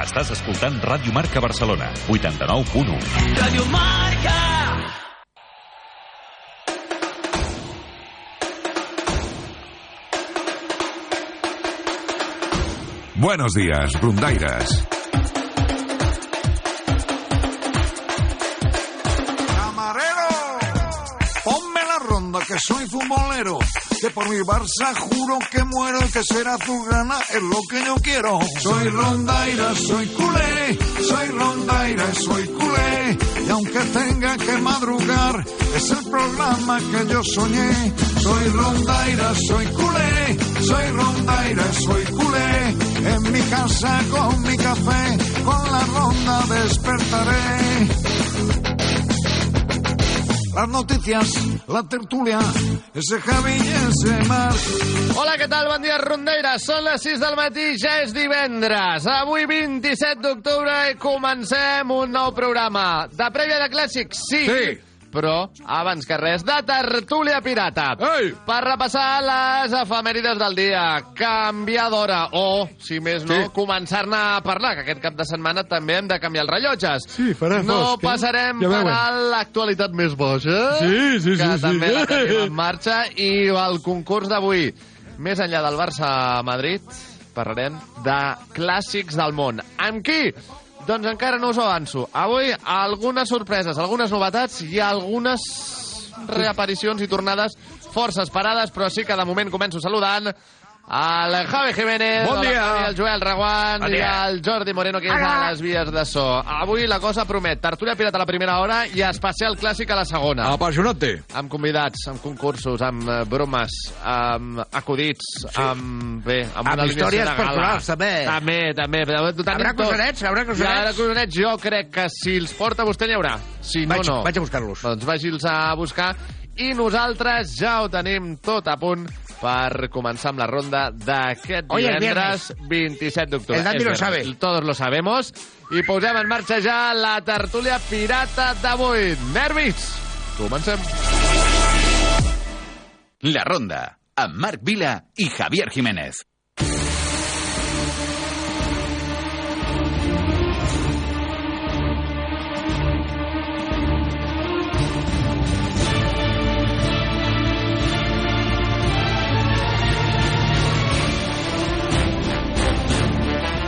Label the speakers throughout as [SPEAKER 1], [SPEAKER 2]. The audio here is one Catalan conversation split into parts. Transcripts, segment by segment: [SPEAKER 1] Estàs escoltant Ràdio Marca Barcelona, 89.1.
[SPEAKER 2] Radio Marca.
[SPEAKER 3] Buenos días, Brundaires.
[SPEAKER 4] Camarero, ponme la ronda que soy futbolero. Que por mi Barça juro que muero y que ser azulgrana es lo que yo quiero. Soy rondaira, soy culé, soy rondaira, soy culé. Y aunque tenga que madrugar, es el programa que yo soñé. Soy rondaira, soy culé, soy rondaira, soy culé. En mi casa con mi café, con la ronda despertaré. Las noticias, la tertulia, ese Javi y ese Mar.
[SPEAKER 5] Hola, què tal? Bon dia, Rondeira. Són les 6 del matí, ja és divendres. Avui, 27 d'octubre, i comencem un nou programa. De prèvia de clàssics, sí.
[SPEAKER 6] Sí.
[SPEAKER 5] Però, abans que res, de tertúlia pirata. Ei! Per repassar les efemèrides del dia, canviar d'hora o, si més no,
[SPEAKER 7] Sí.
[SPEAKER 5] començar-ne a parlar, que aquest cap de setmana també hem de canviar els rellotges.
[SPEAKER 7] Sí, farà
[SPEAKER 5] no
[SPEAKER 7] fosc, eh?
[SPEAKER 5] passarem
[SPEAKER 7] Ja
[SPEAKER 5] per
[SPEAKER 7] veuen.
[SPEAKER 5] a l'actualitat més boja,
[SPEAKER 7] Sí, sí, sí,
[SPEAKER 5] que
[SPEAKER 7] sí.
[SPEAKER 5] també la tenim en marxa, i el concurs d'avui, més enllà del Barça-Madrid, parlarem de clàssics del món. Amb qui? Doncs encara no us ho avanço. Avui, algunes sorpreses, algunes novetats i algunes reaparicions i tornades força esperades, però sí que de moment començo saludant el Javi Jiménez,
[SPEAKER 8] Bon
[SPEAKER 5] hola,
[SPEAKER 8] dia.
[SPEAKER 5] Javi, el Joel Raguant
[SPEAKER 8] Bon
[SPEAKER 5] i
[SPEAKER 8] dia.
[SPEAKER 5] el Jordi Moreno, que és
[SPEAKER 8] Hola.
[SPEAKER 5] a les vies de so. Avui la cosa promet tertúlia pirata a la primera hora i especial clàssic a la segona.
[SPEAKER 9] Ah,
[SPEAKER 5] Apassionat-te. Amb convidats, amb concursos, amb eh, bromes, amb acudits, sí. amb... Bé, amb,
[SPEAKER 9] Amb
[SPEAKER 5] una alineació
[SPEAKER 9] històries
[SPEAKER 5] de gala.
[SPEAKER 9] personals, també.
[SPEAKER 5] També, també. Tenim
[SPEAKER 9] Habrà
[SPEAKER 5] tot.
[SPEAKER 9] cotonets, habrà cotonets?
[SPEAKER 5] Hi haurà cotonets. Jo crec que si els porta vostè n'hi haurà. Si no,
[SPEAKER 9] Vaig-
[SPEAKER 5] no.
[SPEAKER 9] vaig
[SPEAKER 5] a buscar-los. Doncs vagi'ls a buscar. I nosaltres ja ho tenim tot a punt per començar amb la ronda d'aquest
[SPEAKER 9] Hoy es
[SPEAKER 5] divendres 27 d'octubre.
[SPEAKER 9] El Dani
[SPEAKER 5] Es
[SPEAKER 9] lo
[SPEAKER 5] viernes.
[SPEAKER 9] sabe.
[SPEAKER 5] Todos lo sabemos. I posem en marxa ja la tertúlia pirata d'avui. Nervis! Comencem.
[SPEAKER 1] La Ronda, amb Marc Vila i Javier Jiménez.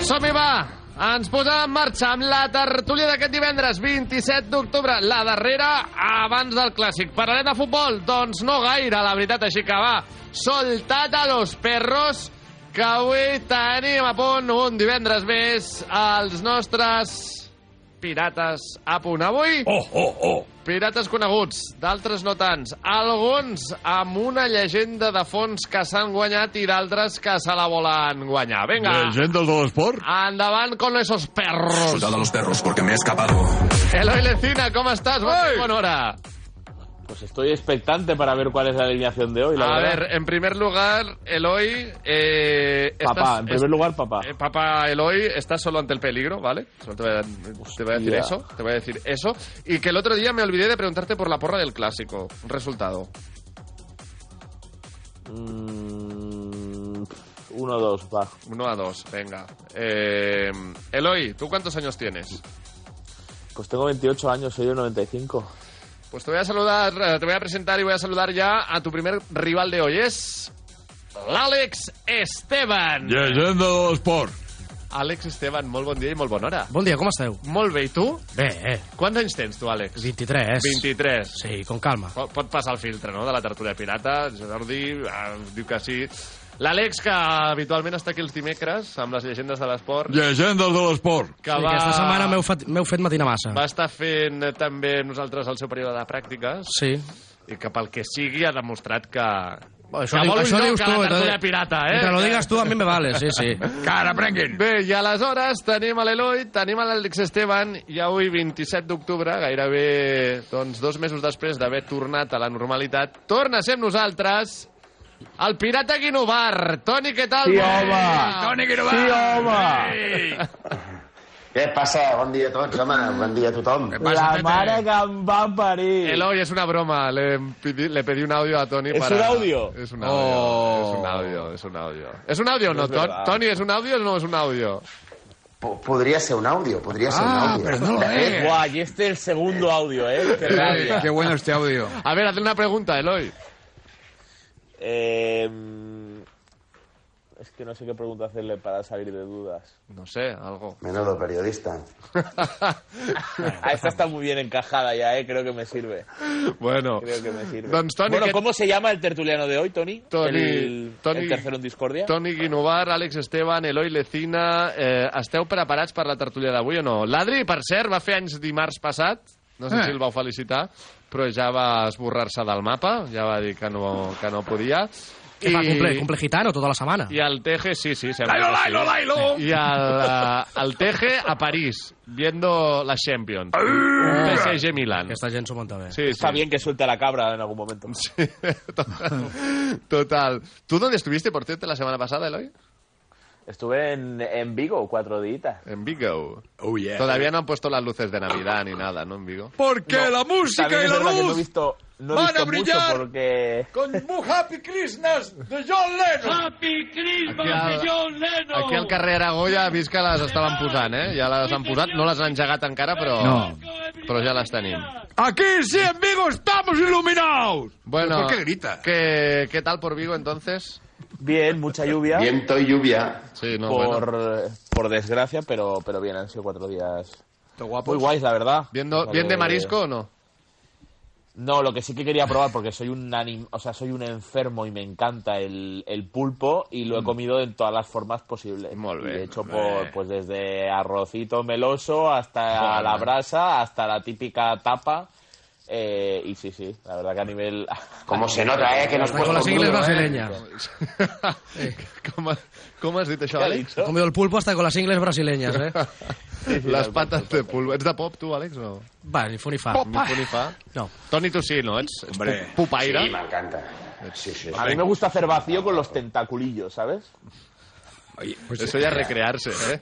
[SPEAKER 5] Som-hi, va! Ens posem en marxa amb la tertúlia d'aquest divendres, 27 d'octubre, la darrera abans del Clàssic. Parlarem de futbol? Doncs no gaire, la veritat, així que va. Soltat a los perros, que avui tenim a punt un divendres més als nostres pirates a punt. Avui,
[SPEAKER 3] Oh, oh, oh!
[SPEAKER 5] pirates coneguts, d'altres no tants. Alguns amb una llegenda de fons que s'han guanyat i d'altres que se la volen guanyar. Vinga,
[SPEAKER 2] Leyendas del esport.
[SPEAKER 5] endavant con esos perros.
[SPEAKER 6] Soldado a los perros porque me he escapado.
[SPEAKER 5] Eloi Lecina, com estàs? Bon, bona hora.
[SPEAKER 7] Pues estoy expectante para ver cuál es la alineación de hoy, la
[SPEAKER 5] A
[SPEAKER 7] verdad.
[SPEAKER 5] ver, en primer lugar, Eloi... Eh,
[SPEAKER 7] papá,
[SPEAKER 5] estás-
[SPEAKER 7] en primer
[SPEAKER 5] est-
[SPEAKER 7] lugar, papá.
[SPEAKER 5] Eh, papá Eloy, estás solo ante el peligro, ¿vale? Solo te voy a, te voy a
[SPEAKER 7] Hostia.
[SPEAKER 5] decir eso, te voy a decir eso. Y que el otro día me olvidé de preguntarte por la porra del clásico. Resultado.
[SPEAKER 7] Mm, uno, dos, va.
[SPEAKER 5] 1 a 2, venga. Eh, Eloy, ¿tú cuántos años tienes?
[SPEAKER 7] Pues tengo 28 años, soy del 95.
[SPEAKER 5] Pues te voy a saludar, eh, te voy a presentar y voy a saludar ya a tu primer rival de hoy. Es. L'Àlex Esteban.
[SPEAKER 2] Leyenda del esport.
[SPEAKER 5] Àlex Esteban, molt bon dia i molt bona hora.
[SPEAKER 8] Bon dia, com esteu?
[SPEAKER 5] Molt bé, i tu?
[SPEAKER 8] Bé, eh?
[SPEAKER 5] Quants anys tens tu, Àlex?
[SPEAKER 8] 23.
[SPEAKER 5] 23.
[SPEAKER 8] Sí, com calma.
[SPEAKER 5] Pot, pot passar el filtre, no?, de la tertúlia pirata. Jordi eh, diu que sí. L'Àlex, que habitualment està aquí els dimecres amb les llegendes de l'esport,
[SPEAKER 2] Leyendas del esport.
[SPEAKER 5] que
[SPEAKER 8] Sí,
[SPEAKER 5] va...
[SPEAKER 8] Aquesta setmana m'heu fet, m'heu fet matina massa.
[SPEAKER 5] va estar fent eh, també nosaltres el seu període de pràctiques
[SPEAKER 8] Sí.
[SPEAKER 5] i que pel que sigui ha demostrat que...
[SPEAKER 8] Això,
[SPEAKER 5] que
[SPEAKER 8] di-
[SPEAKER 5] vol un
[SPEAKER 8] això
[SPEAKER 5] lloc
[SPEAKER 8] dius tu.
[SPEAKER 5] a la
[SPEAKER 8] entonces-
[SPEAKER 5] tertúlia pirata, eh?
[SPEAKER 8] Mientras lo digas tú, a mí me vale, sí, sí.
[SPEAKER 3] Cara, prenguin!
[SPEAKER 5] Bé, i aleshores tenim a l'Eloi, tenim a l'Àlex Esteban, i avui, 27 d'octubre, gairebé doncs, dos mesos després d'haver tornat a la normalitat, torna a ser amb nosaltres el pirata Guinovar. Toni, què tal?
[SPEAKER 9] Sí,
[SPEAKER 5] Bon
[SPEAKER 9] home.
[SPEAKER 5] dia.
[SPEAKER 3] Toni Guirobà!
[SPEAKER 9] Sí, home!
[SPEAKER 3] Ei!
[SPEAKER 9] Què passa? Bon dia a tots, home. Bon dia a tothom.
[SPEAKER 3] Què passa,
[SPEAKER 2] La
[SPEAKER 3] Tete?
[SPEAKER 2] mare que em va parir.
[SPEAKER 5] Eloi, és una broma. Le, pidi- le pedí un audio a Toni
[SPEAKER 7] ¿Es
[SPEAKER 5] para...
[SPEAKER 7] un audio?
[SPEAKER 5] És un audio.
[SPEAKER 2] Oh.
[SPEAKER 5] És un audio, és un audio. És un audio, o no,
[SPEAKER 7] No és
[SPEAKER 5] Ton-
[SPEAKER 7] verdad.
[SPEAKER 5] Toni? És un audio o no és un audio?
[SPEAKER 9] Po- Podria ser un àudio, podria ser un
[SPEAKER 3] Ah,
[SPEAKER 9] àudio.
[SPEAKER 3] però no lo
[SPEAKER 9] De fet,
[SPEAKER 3] Eh.
[SPEAKER 7] Guau, y este es el segundo audio, ¿eh? Qué
[SPEAKER 3] Ey,
[SPEAKER 7] rabia.
[SPEAKER 3] ¡Qué bueno este audio!
[SPEAKER 5] A ver, hazle una pregunta, Eloi.
[SPEAKER 7] Eh, mm, es que no sé qué pregunta hacerle para salir de dudas.
[SPEAKER 5] No sé, algo.
[SPEAKER 9] Menudo periodista.
[SPEAKER 7] Ah, esta está muy bien encajada ya, ¿eh? Creo que me sirve.
[SPEAKER 5] Bueno.
[SPEAKER 7] Creo que me sirve.
[SPEAKER 5] Doncs, Toni,
[SPEAKER 7] bueno,
[SPEAKER 5] què-
[SPEAKER 7] ¿cómo se llama el tertuliano de hoy, Tony?
[SPEAKER 5] Toni-
[SPEAKER 7] el,
[SPEAKER 5] Toni-
[SPEAKER 7] el tercero en discordia.
[SPEAKER 5] Toni Guinovar, Àlex Esteban, Eloi Lecina... Eh, esteu preparats per la tertúlia d'avui o no? L'Adri, per cert, va fer anys dimarts passat. No sé
[SPEAKER 3] Eh.
[SPEAKER 5] si el vau felicitar, però ja va esborrar-se del mapa. Ja va dir que no, que no podia.
[SPEAKER 8] Que fa comple, comple gitano tota la setmana.
[SPEAKER 5] I el Teje, sí, sí, sembla
[SPEAKER 3] ¡Lailo,
[SPEAKER 5] que sí.
[SPEAKER 3] lailo, lailo!
[SPEAKER 5] Y al, al Teje a París, viendo la Champions. Un PSG Milan.
[SPEAKER 8] Aquesta gent s'ho monta bé.
[SPEAKER 5] Sí,
[SPEAKER 7] Está
[SPEAKER 5] sí.
[SPEAKER 7] bien que suelte la cabra en algún momento.
[SPEAKER 5] Total. Total. ¿Tú dónde estuviste, por cierto, la semana pasada, Eloy?
[SPEAKER 7] Estuve en, en Vigo cuatro días.
[SPEAKER 5] En Vigo.
[SPEAKER 3] Oh, yeah.
[SPEAKER 5] Todavía no han puesto las luces de Navidad ni nada, ¿no? En Vigo.
[SPEAKER 3] Porque la música
[SPEAKER 7] También
[SPEAKER 3] y
[SPEAKER 7] es
[SPEAKER 3] la
[SPEAKER 7] verdad que no he
[SPEAKER 3] luz
[SPEAKER 7] visto, no he
[SPEAKER 3] van
[SPEAKER 7] visto
[SPEAKER 3] a brillar.
[SPEAKER 7] mucho porque...
[SPEAKER 3] con Mu Happy Christmas de John Lennon.
[SPEAKER 5] Aquí al, aquí al carrer Aragoya ha vist que les estaven posant, eh? Ja les han posat, no les han engegat encara, però,
[SPEAKER 3] No.
[SPEAKER 5] però ja les tenim.
[SPEAKER 3] Aquí sí en Vigo estamos iluminados.
[SPEAKER 5] Bueno,
[SPEAKER 3] ¿Por qué grita?
[SPEAKER 5] Eh, ¿qué, ¿qué tal por Vigo entonces?
[SPEAKER 7] Bien, mucha lluvia.
[SPEAKER 9] Viento y lluvia.
[SPEAKER 5] Sí, no, bueno.
[SPEAKER 7] por, por desgracia, pero, pero bien, han sido cuatro días
[SPEAKER 3] Qué guapo.
[SPEAKER 7] muy guays, la verdad.
[SPEAKER 5] Viendo,
[SPEAKER 7] Vale.
[SPEAKER 5] ¿Bien de marisco o no?
[SPEAKER 7] No, lo que sí que quería probar, porque soy un anim- o sea, soy un enfermo y me encanta el, el pulpo y
[SPEAKER 5] Mm.
[SPEAKER 7] lo he comido en todas las formas posibles.
[SPEAKER 5] Molt
[SPEAKER 7] Y
[SPEAKER 5] bé,
[SPEAKER 7] he hecho por, pues desde arrocito meloso hasta la brasa, hasta la típica tapa. Eh, y sí, sí, la verdad que a nivel...
[SPEAKER 9] Como se nota, eh, que no has
[SPEAKER 8] Està con les
[SPEAKER 9] puesto
[SPEAKER 8] ingles
[SPEAKER 9] duro, eh?
[SPEAKER 8] brasileñas.
[SPEAKER 5] com, ha- com has dit això,
[SPEAKER 7] ¿Qué ha
[SPEAKER 5] Àlex?
[SPEAKER 7] dicho?
[SPEAKER 8] Comido el pulpo hasta con las ingles brasileñas, eh?
[SPEAKER 5] Les pates de pulpo. Ets de pop, tu, Àlex, o
[SPEAKER 8] Va, ni fu ni fa.
[SPEAKER 5] ni fu ni fa?
[SPEAKER 8] No.
[SPEAKER 5] Toni, tu sí, no? Ets, ets
[SPEAKER 3] Hombre.
[SPEAKER 5] pu- pupaire?
[SPEAKER 9] Sí, m'encanta. Sí, sí.
[SPEAKER 7] A mí me gusta hacer vacío con los tentaculillos, ¿sabes?
[SPEAKER 9] Pues
[SPEAKER 5] Eso ya es recrearse, eh?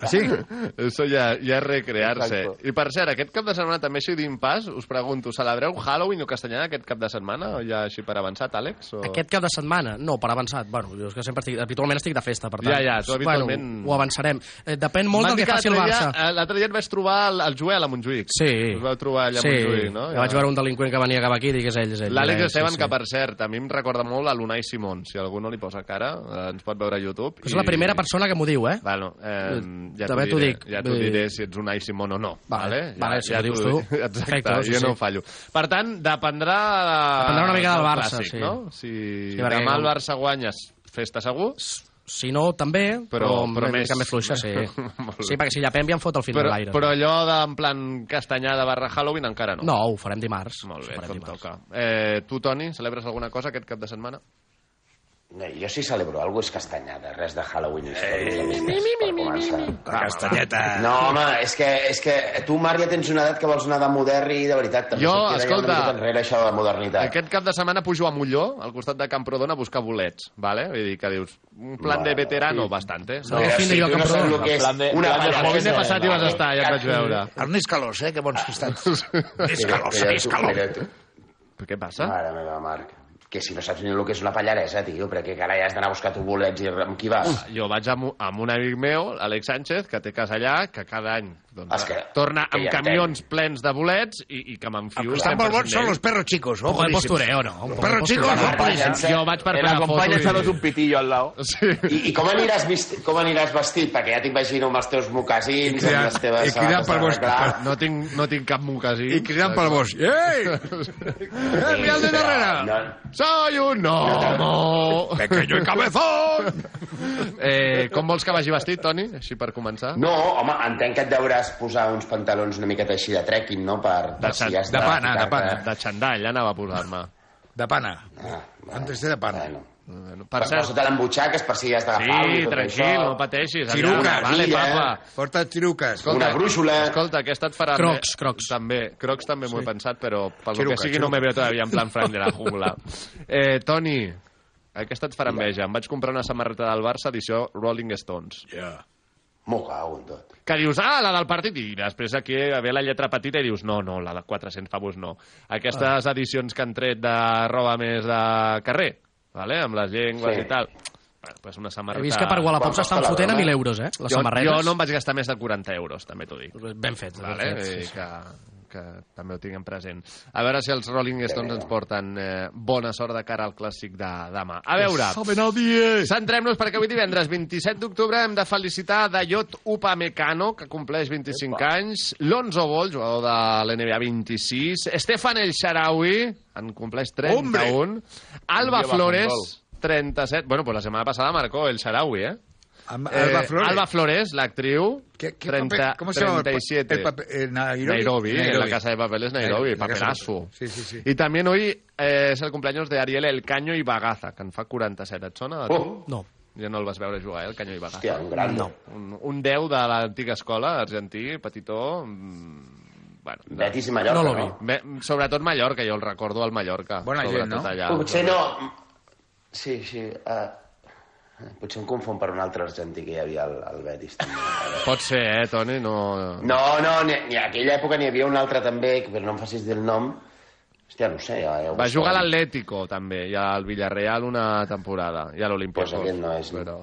[SPEAKER 3] Así.
[SPEAKER 5] Ah, Eso ja, ja és recrear-se.
[SPEAKER 7] Exacte.
[SPEAKER 5] I per cert, aquest cap de setmana també així d'impàs, us pregunto, celebreu Halloween o Castellana aquest cap de setmana? O ja així per avançat, Àlex? O...
[SPEAKER 8] Aquest cap de setmana? No, per avançat. Bueno, jo és que sempre estic, habitualment estic de festa, per tant.
[SPEAKER 5] Ja, ja, tu habitualment-
[SPEAKER 8] Bueno, ho avançarem. Eh, depèn molt
[SPEAKER 5] M'han
[SPEAKER 8] del
[SPEAKER 5] dit
[SPEAKER 8] que faci el
[SPEAKER 5] l'altre
[SPEAKER 8] Barça.
[SPEAKER 5] dia- eh, L'altre dia et vaig trobar el, el Joel a Montjuïc.
[SPEAKER 8] Sí.
[SPEAKER 5] Us vau trobar allà a
[SPEAKER 8] sí.
[SPEAKER 5] Montjuïc, no?
[SPEAKER 8] Ja vaig veure un delinqüent que venia cap aquí i digués ell, és ell.
[SPEAKER 5] L'Àlex
[SPEAKER 8] Eh,
[SPEAKER 5] Esteban,
[SPEAKER 8] sí,
[SPEAKER 5] que
[SPEAKER 8] sí.
[SPEAKER 5] per cert, a mi em recorda molt a l'Unai Simón. Si algú no li posa cara, eh, ens pot veure a YouTube.
[SPEAKER 8] És la primera persona que m'ho diu, eh?
[SPEAKER 5] Bueno, eh, ja t'ho
[SPEAKER 8] També t'ho
[SPEAKER 5] diré,
[SPEAKER 8] dic.
[SPEAKER 5] ja t'ho
[SPEAKER 8] Vull dir-
[SPEAKER 5] diré si ets un Unai Simón o no.
[SPEAKER 8] Vale,
[SPEAKER 5] vale?
[SPEAKER 8] vale, si ho dius
[SPEAKER 5] t'ho
[SPEAKER 8] tu,
[SPEAKER 5] diré. Exacte,
[SPEAKER 8] perfecte, sí,
[SPEAKER 5] jo no
[SPEAKER 8] sí.
[SPEAKER 5] ho fallo. Per tant, dependrà...
[SPEAKER 8] Dependrà una mica del Barça,
[SPEAKER 5] clàssic,
[SPEAKER 8] sí.
[SPEAKER 5] No? Si
[SPEAKER 8] Sí, perquè
[SPEAKER 5] demà el
[SPEAKER 8] com-
[SPEAKER 5] Barça guanyes, festa segur.
[SPEAKER 8] Si no, també, però, però,
[SPEAKER 5] però
[SPEAKER 8] més...
[SPEAKER 5] més.
[SPEAKER 8] mica més fluixa, sí.
[SPEAKER 5] Molt bé.
[SPEAKER 8] sí, perquè si llapem ja em fot el fil
[SPEAKER 5] Però,
[SPEAKER 8] de l'aire.
[SPEAKER 5] però allò de, en plan castanyada barra Halloween encara no.
[SPEAKER 8] No, ho farem dimarts.
[SPEAKER 5] Molt bé, com toca. Eh, tu, Toni, celebres alguna cosa aquest cap de setmana?
[SPEAKER 9] No, jo sí celebro alguna cosa, és castanyada, res de Halloween. Eh,
[SPEAKER 3] Castanyeta.
[SPEAKER 9] No, home, és que, és que tu, Marc, ja tens una edat que vols anar de modern i de veritat... també
[SPEAKER 5] Jo,
[SPEAKER 9] se't queda ja
[SPEAKER 5] escolta,
[SPEAKER 9] Una miqueta enrere, això de la modernitat.
[SPEAKER 5] Aquest cap de setmana pujo a Molló, al costat de Camprodon, a buscar bolets, ¿vale? Vull dir que dius, un plan de veterano, bastante.
[SPEAKER 9] No, Mira,
[SPEAKER 8] sí, jo
[SPEAKER 9] tu no saps el que és
[SPEAKER 7] plan de-
[SPEAKER 9] una
[SPEAKER 7] plan de
[SPEAKER 9] pallassa.
[SPEAKER 7] Halloween
[SPEAKER 5] Halloween de passat hi vas estar, ja et vaig veure.
[SPEAKER 3] Ernest Calós, eh? Que bons que estats.
[SPEAKER 9] Més calor, més calor. Però, tu-
[SPEAKER 5] Però què passa?
[SPEAKER 9] Mare meva, Marc. Que si no saps ni el que és una pallaresa, tio, però que carai has d'anar a buscar tu bolets i amb qui vas?
[SPEAKER 5] Jo vaig amb, amb un amic meu, l'Àlex Sánchez, que té casa allà, que cada any doncs,
[SPEAKER 9] És que-
[SPEAKER 5] torna
[SPEAKER 9] que
[SPEAKER 5] amb
[SPEAKER 9] ja
[SPEAKER 5] camions plens de bolets i, i que m'enfio.
[SPEAKER 3] Estan molt bons, són los perros chicos. Oh,
[SPEAKER 8] Un poco de postureo, no? Un poco de
[SPEAKER 3] Perros chicos,
[SPEAKER 8] postureo.
[SPEAKER 3] no, please.
[SPEAKER 5] Jo vaig per
[SPEAKER 7] El
[SPEAKER 5] fer la
[SPEAKER 7] acompanya
[SPEAKER 5] foto
[SPEAKER 7] echándote
[SPEAKER 5] i-
[SPEAKER 7] un pitillo al lado.
[SPEAKER 5] Sí.
[SPEAKER 9] I, i com, aniràs vestit, com aniràs vestit? Perquè ja t'imagino amb els teus mocasins,
[SPEAKER 3] I cridant-
[SPEAKER 9] amb les teves...
[SPEAKER 3] i cridant
[SPEAKER 9] sabates
[SPEAKER 3] per vos-
[SPEAKER 9] d'arreglar.
[SPEAKER 5] No tinc, no tinc cap mocasí.
[SPEAKER 3] I cridant pel bosc. Ei!
[SPEAKER 5] Eh, mira el de darrere!
[SPEAKER 9] No.
[SPEAKER 5] Soy un Eh, homo!
[SPEAKER 3] Pequeño y cabezón!
[SPEAKER 5] Eh, com vols que vagi vestit, Toni? Així per començar.
[SPEAKER 9] No, home, entenc que et deuràs posar uns pantalons una miqueta així de trekking, no? Per, per
[SPEAKER 5] xan-
[SPEAKER 9] has
[SPEAKER 3] de pana, de
[SPEAKER 9] ficar-te-
[SPEAKER 3] pana,
[SPEAKER 5] De xandall anava a posar-me.
[SPEAKER 3] De pana.
[SPEAKER 9] Ah, bueno.
[SPEAKER 3] Antes de pana.
[SPEAKER 9] Bueno.
[SPEAKER 5] Bueno,
[SPEAKER 9] Per
[SPEAKER 5] per
[SPEAKER 9] cert...
[SPEAKER 5] cert...
[SPEAKER 9] Sota l'embutxaques per si has d'agafar...
[SPEAKER 5] Sí, tranquil, no pateixis. allà,
[SPEAKER 3] Xiruca,
[SPEAKER 5] Vale,
[SPEAKER 9] mira.
[SPEAKER 5] papa.
[SPEAKER 3] Porta xiruques.
[SPEAKER 9] Una brúixola.
[SPEAKER 5] Escolta, aquesta et farà...
[SPEAKER 8] Crocs, crocs.
[SPEAKER 5] També, crocs també m'ho he pensat, però pel
[SPEAKER 3] Xiruca,
[SPEAKER 5] que sigui
[SPEAKER 3] xiruca.
[SPEAKER 5] no me veo todavía en plan Frank de la jungla. Eh, Toni, aquesta et farà enveja. Em vaig comprar una samarreta del Barça edició Rolling Stones.
[SPEAKER 3] Ja.
[SPEAKER 9] M'ho cago en tot.
[SPEAKER 5] Que dius, ah, la del partit, i després aquí ve la lletra petita i dius, no, no, la de 400 favors no.
[SPEAKER 9] Ah.
[SPEAKER 5] Aquestes edicions que han tret de roba més de carrer, vale? amb les llengües
[SPEAKER 9] Sí.
[SPEAKER 5] i tal. Bueno, pues una samarreta...
[SPEAKER 8] He vist que per Wallapop
[SPEAKER 9] Quan
[SPEAKER 8] s'estan
[SPEAKER 9] costa la
[SPEAKER 8] fotent a
[SPEAKER 9] broma?
[SPEAKER 8] 1.000 euros, eh? Les
[SPEAKER 5] jo,
[SPEAKER 8] samarretes.
[SPEAKER 5] jo no em vaig gastar més de 40 euros, també t'ho dic.
[SPEAKER 8] Ben fets, ben
[SPEAKER 5] Vale?
[SPEAKER 8] fets.
[SPEAKER 5] Eh,
[SPEAKER 8] sí, sí.
[SPEAKER 5] que, que també ho tinguem present. A veure si els Rolling Stones ens porten eh, bona sort de cara al clàssic de demà. A veure, centrem-nos perquè avui divendres 27 d'octubre hem de felicitar Dayot Upamecano, que compleix 25 anys, l'Onzo Ball, jugador de l'NBA 26, Stefan El Sharawi, en compleix 31, Alba
[SPEAKER 7] Lleva
[SPEAKER 5] Flores, 37... Bueno, pues la setmana passada marcó El Sharawi, eh?
[SPEAKER 3] Amb
[SPEAKER 5] Eh,
[SPEAKER 3] Alba Flores.
[SPEAKER 5] Alba Flores, l'actriu,
[SPEAKER 3] ¿Qué- qué
[SPEAKER 5] 30,
[SPEAKER 3] papel? ¿Cómo se llama? el pa-
[SPEAKER 5] 37.
[SPEAKER 3] El papel, eh, Nairobi.
[SPEAKER 5] Nairobi, en la Casa de Papel es Nairobi,
[SPEAKER 3] La Casa de
[SPEAKER 5] papelazo.
[SPEAKER 3] Papel. Sí, sí, sí.
[SPEAKER 5] Y también hoy eh, és el cumpleaños de Ariel El Caño i Bagaza, que en fa 47. Et sona? Oh.
[SPEAKER 9] Oh,
[SPEAKER 8] No.
[SPEAKER 5] Ja no el vas veure jugar, eh, El Caño i Bagaza.
[SPEAKER 9] hòstia, un gran... No.
[SPEAKER 5] Un, un 10 de l'antiga escola, argentí, petitó... mm, Bueno, de-
[SPEAKER 9] Betis i Mallorca,
[SPEAKER 8] No
[SPEAKER 9] no?
[SPEAKER 8] lo vi.
[SPEAKER 5] Bé, sobretot Mallorca, jo el recordo al Mallorca.
[SPEAKER 3] Bona gent,
[SPEAKER 5] sobretot
[SPEAKER 3] no?
[SPEAKER 5] Allà,
[SPEAKER 9] Potser no... Sí, sí. Uh, potser em confon per un altre argentí que hi havia al, al Betis, també.
[SPEAKER 5] Pot ser, eh, Toni? No...
[SPEAKER 9] No, no, ni, ni a aquella època n'hi havia un altre també, que- però no em facis dir el nom. Hòstia, no ho sé. Ja, ja ho
[SPEAKER 5] Va
[SPEAKER 9] busco.
[SPEAKER 5] jugar a l'Atlético, també, i al Villarreal una temporada, i a l'Olimpos.
[SPEAKER 9] Pues aquest no és, no.
[SPEAKER 5] Però...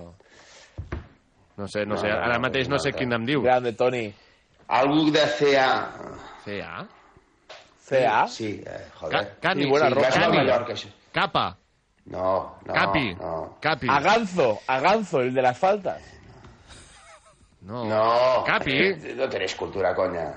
[SPEAKER 5] No sé, no,
[SPEAKER 9] No,
[SPEAKER 5] sé,
[SPEAKER 9] no,
[SPEAKER 5] ara
[SPEAKER 9] no,
[SPEAKER 5] mateix no,
[SPEAKER 9] no,
[SPEAKER 5] sé
[SPEAKER 9] no.
[SPEAKER 5] quin em diu.
[SPEAKER 7] Grande, Tony.
[SPEAKER 9] Algú de CA.
[SPEAKER 5] CA?
[SPEAKER 7] CA.
[SPEAKER 9] Sí, eh,
[SPEAKER 5] Ca
[SPEAKER 9] joder.
[SPEAKER 5] Cani,
[SPEAKER 7] Sí, buena
[SPEAKER 9] sí, va jugar
[SPEAKER 7] ropa.
[SPEAKER 9] a
[SPEAKER 5] Cani.
[SPEAKER 9] Mallorca, això.
[SPEAKER 5] Capa,
[SPEAKER 9] No, no,
[SPEAKER 5] Capi,
[SPEAKER 9] no.
[SPEAKER 5] Capi.
[SPEAKER 7] Aganzo, Aganzo, el de las faltas.
[SPEAKER 5] No.
[SPEAKER 9] No. Eh,
[SPEAKER 5] Capi.
[SPEAKER 9] No tenés cultura, coña.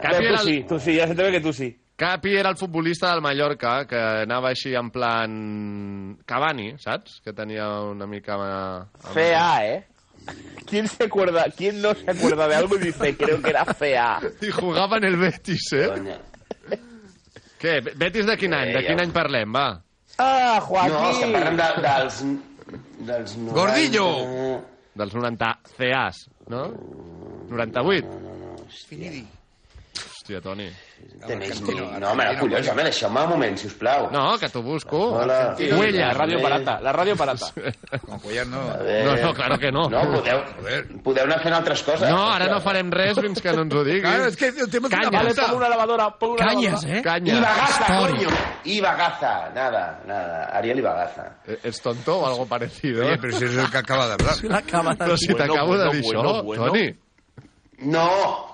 [SPEAKER 5] Capi,
[SPEAKER 7] tú
[SPEAKER 5] era
[SPEAKER 7] sí,
[SPEAKER 5] el,
[SPEAKER 7] tú sí, ya se te ve que tú sí.
[SPEAKER 5] Capi era el futbolista del Mallorca, que anava així en plan Cavani, saps? Que tenia una mica...
[SPEAKER 7] CA, ¿eh? ¿Quién se acuerda, quién no se acuerda de algo y dice, creo que era CA?
[SPEAKER 5] I jugava en el Betis, eh?
[SPEAKER 9] Coña.
[SPEAKER 5] Què? Betis de quin any? De quin any parlem, va?
[SPEAKER 7] Ah,
[SPEAKER 9] No, estem parlant
[SPEAKER 7] Joaquín.
[SPEAKER 9] de, dels... dels 90...
[SPEAKER 3] Gordillo!
[SPEAKER 5] Dels 90 CAs, no? 98?
[SPEAKER 3] Finidi.
[SPEAKER 5] Hòstia, Toni.
[SPEAKER 9] Tenéis... No, home, no, collons, home, deixeu-me un moment, sisplau.
[SPEAKER 5] No, que t'ho busco.
[SPEAKER 9] Hola.
[SPEAKER 7] la
[SPEAKER 5] Huellas.
[SPEAKER 7] radio barata, la radio barata.
[SPEAKER 3] Con Cuellar no.
[SPEAKER 9] A veure.
[SPEAKER 5] No, no, claro que no.
[SPEAKER 9] No, podeu, podeu anar fent altres coses.
[SPEAKER 5] No, ara no farem res fins que no ens ho
[SPEAKER 3] Claro, es
[SPEAKER 5] diguis.
[SPEAKER 3] que el tema es una
[SPEAKER 5] Calla.
[SPEAKER 7] Vale,
[SPEAKER 3] banda.
[SPEAKER 7] pon una lavadora, pon una
[SPEAKER 8] Canyes,
[SPEAKER 7] lavadora.
[SPEAKER 8] eh?
[SPEAKER 5] Canya.
[SPEAKER 9] Ibagaza,
[SPEAKER 8] Story.
[SPEAKER 9] coño. Ibagaza, nada, nada. Ariel Ibagaza.
[SPEAKER 5] Eh, ¿Ets tonto o algo parecido?
[SPEAKER 3] Oye, pero si eso es el que acaba de hablar.
[SPEAKER 8] La cama
[SPEAKER 5] Però si
[SPEAKER 7] Bueno,
[SPEAKER 5] t'acabo de
[SPEAKER 7] bueno,
[SPEAKER 5] dir
[SPEAKER 7] bueno,
[SPEAKER 5] això,
[SPEAKER 7] bueno.
[SPEAKER 5] Toni.
[SPEAKER 9] No,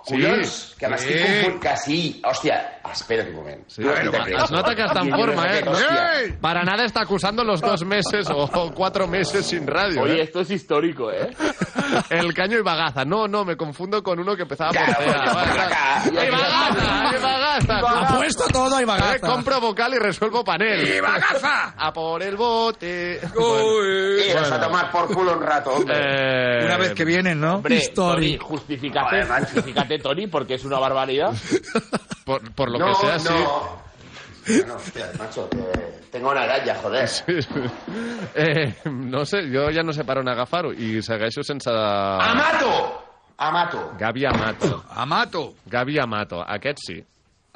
[SPEAKER 5] Sí.
[SPEAKER 9] collons, que m'estic
[SPEAKER 3] Sí.
[SPEAKER 9] confon... Que sí, hòstia, espera't un moment.
[SPEAKER 5] Sí, es nota que está en forma, ¿eh?
[SPEAKER 9] Hòstia.
[SPEAKER 5] ¡Ey! Para nada está acusando los dos meses o cuatro meses sin radio.
[SPEAKER 7] Oye,
[SPEAKER 5] ¿eh?
[SPEAKER 7] esto es histórico, ¿eh?
[SPEAKER 5] El caño y bagaza. No, no, me confundo con uno que empezaba por
[SPEAKER 9] Claro,
[SPEAKER 5] cera.
[SPEAKER 9] coño, por acá.
[SPEAKER 5] ¡Y bagaza! ¡Y bagaza!
[SPEAKER 8] Apuesto todo
[SPEAKER 6] a Ibagaza.
[SPEAKER 5] Eh, compro vocal y resuelvo panel.
[SPEAKER 3] ¡Ibagaza!
[SPEAKER 5] A por el bote. Eh,
[SPEAKER 9] Iros a tomar por culo un rato, hombre.
[SPEAKER 3] Una vez que vienen, ¿no?
[SPEAKER 7] Hombre, Tony, justifícate, justifícate, Tony, porque es una barbaridad.
[SPEAKER 5] Por, por lo
[SPEAKER 9] no,
[SPEAKER 5] que sea,
[SPEAKER 9] no.
[SPEAKER 5] sí.
[SPEAKER 9] No, hostia, macho, que tengo una araña, joder.
[SPEAKER 5] Eh, no sé, jo ja no sé per on agafar-ho i segueixo sense...
[SPEAKER 9] ¡Amato! ¡Amato!
[SPEAKER 5] Gavi Amato.
[SPEAKER 3] Amato.
[SPEAKER 5] Gavi Amato. Aquest sí.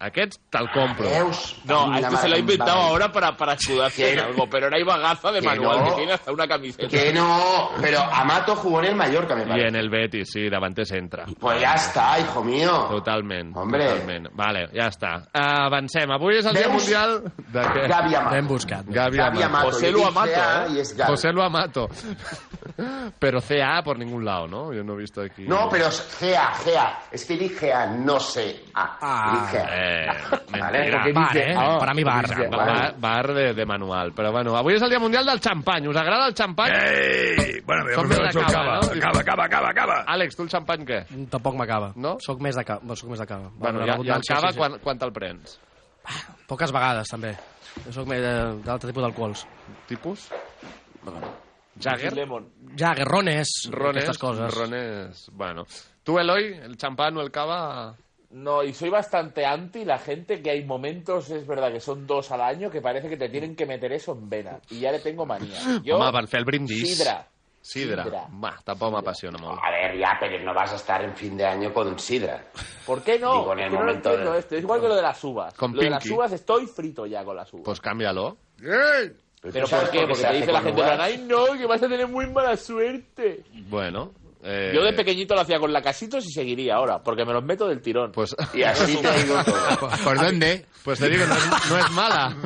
[SPEAKER 5] Aquest te'l compro.
[SPEAKER 9] Deus,
[SPEAKER 7] No, a
[SPEAKER 9] la
[SPEAKER 7] este se lo ha
[SPEAKER 9] madre-
[SPEAKER 7] inventado ahora para, para escudarse en
[SPEAKER 9] Que-
[SPEAKER 7] algo, pero era Ibagaza de
[SPEAKER 9] que
[SPEAKER 7] manual,
[SPEAKER 9] no.
[SPEAKER 7] que tiene hasta una camiseta.
[SPEAKER 9] Que no, pero Amato jugó en el Mallorca, me
[SPEAKER 5] I
[SPEAKER 9] parece.
[SPEAKER 5] en el Betis, sí, davanter centre.
[SPEAKER 9] Pues ya está, hijo mío.
[SPEAKER 5] Totalment.
[SPEAKER 9] Hombre.
[SPEAKER 5] Totalment. Vale, ja està. Avancem. Avui és el Dia
[SPEAKER 9] Veus?
[SPEAKER 5] Mundial... De què?
[SPEAKER 9] Gavi Amato.
[SPEAKER 8] L'hem buscat.
[SPEAKER 5] Gavi
[SPEAKER 9] Gavi
[SPEAKER 5] Amato.
[SPEAKER 9] Amato. Yo
[SPEAKER 7] José Lu
[SPEAKER 9] dije,
[SPEAKER 7] Amato,
[SPEAKER 9] ah,
[SPEAKER 7] ¿eh?
[SPEAKER 9] Y es Gavi.
[SPEAKER 5] José Lu Amato. Pero CA por ningún lado, ¿no? Yo no he visto aquí...
[SPEAKER 9] No, pero es GA, GA. Es que dije A, no sé A.
[SPEAKER 8] Ah,
[SPEAKER 9] Dije A.
[SPEAKER 5] Eh,
[SPEAKER 9] Vale,
[SPEAKER 5] mentira.
[SPEAKER 9] porque
[SPEAKER 8] Bar,
[SPEAKER 9] dije
[SPEAKER 8] eh?
[SPEAKER 9] ah.
[SPEAKER 8] Per a mi bar.
[SPEAKER 9] dije,
[SPEAKER 5] Va-
[SPEAKER 9] vale.
[SPEAKER 5] va- Bar de, de manual. Però bueno, avui és el Dia Mundial del Xampany. Us agrada el xampany?
[SPEAKER 3] ¡Ey! Bueno,
[SPEAKER 5] Son de
[SPEAKER 3] me
[SPEAKER 5] la
[SPEAKER 3] hecho
[SPEAKER 5] cava,
[SPEAKER 3] cava,
[SPEAKER 5] ¿no?
[SPEAKER 3] cava, cava, cava, cava.
[SPEAKER 5] Àlex, tu el xampany què?
[SPEAKER 8] Tampoc m'acaba.
[SPEAKER 5] No?
[SPEAKER 8] Soc més de cava. Bueno, soc més de cava.
[SPEAKER 5] Bueno,
[SPEAKER 8] Bueno,
[SPEAKER 5] ja, ja el
[SPEAKER 8] l'abundància,
[SPEAKER 5] cava,
[SPEAKER 8] sí, sí.
[SPEAKER 5] quan, quan te'l prens?
[SPEAKER 8] Poques vegades, també. Jo soc més de- d'altre tipus d'alcohols.
[SPEAKER 5] Tipus? Jagger?
[SPEAKER 7] Lemon.
[SPEAKER 8] Ja, guerrones,
[SPEAKER 5] Rones?
[SPEAKER 8] aquestes coses.
[SPEAKER 5] Rones... Bueno. Tu, Eloi, el xampany o el cava...
[SPEAKER 7] No, y soy bastante anti la gente que hay momentos, es verdad que son dos al año, que parece que te tienen que meter eso en vena. Y ya le tengo manía. Yo,
[SPEAKER 5] Home, per fer el brindis.
[SPEAKER 7] Sidra.
[SPEAKER 5] Sidra.
[SPEAKER 7] Sidra.
[SPEAKER 5] Va, tampoc m'apassiona molt.
[SPEAKER 9] A ver, ya, pero no vas a estar en fin de año con Sidra.
[SPEAKER 7] ¿Por qué no?
[SPEAKER 9] Digo, en el
[SPEAKER 7] Es que no lo
[SPEAKER 9] momento de-
[SPEAKER 7] entiendo esto. Es igual que lo de las uvas.
[SPEAKER 5] Con
[SPEAKER 7] lo de las
[SPEAKER 5] Pinky.
[SPEAKER 7] uvas estoy frito ya con las uvas.
[SPEAKER 5] Pues cámbialo.
[SPEAKER 3] ¡Ey!
[SPEAKER 7] ¿Pero
[SPEAKER 9] ¿Tú sabes por
[SPEAKER 7] por qué?
[SPEAKER 9] qué
[SPEAKER 7] Porque
[SPEAKER 9] se
[SPEAKER 7] te
[SPEAKER 9] hace
[SPEAKER 7] dice la
[SPEAKER 9] con
[SPEAKER 7] gente,
[SPEAKER 9] uvas?
[SPEAKER 7] ay no, que vas a tener muy mala suerte.
[SPEAKER 5] Bueno. Eh,
[SPEAKER 7] Yo de pequeñito lo hacía con lacasitos y seguiría ahora, porque me los meto del tirón.
[SPEAKER 5] Pues,
[SPEAKER 9] Y así te ha ido todo.
[SPEAKER 3] ¿Por dónde?
[SPEAKER 5] pues te digo, no es, no es mala.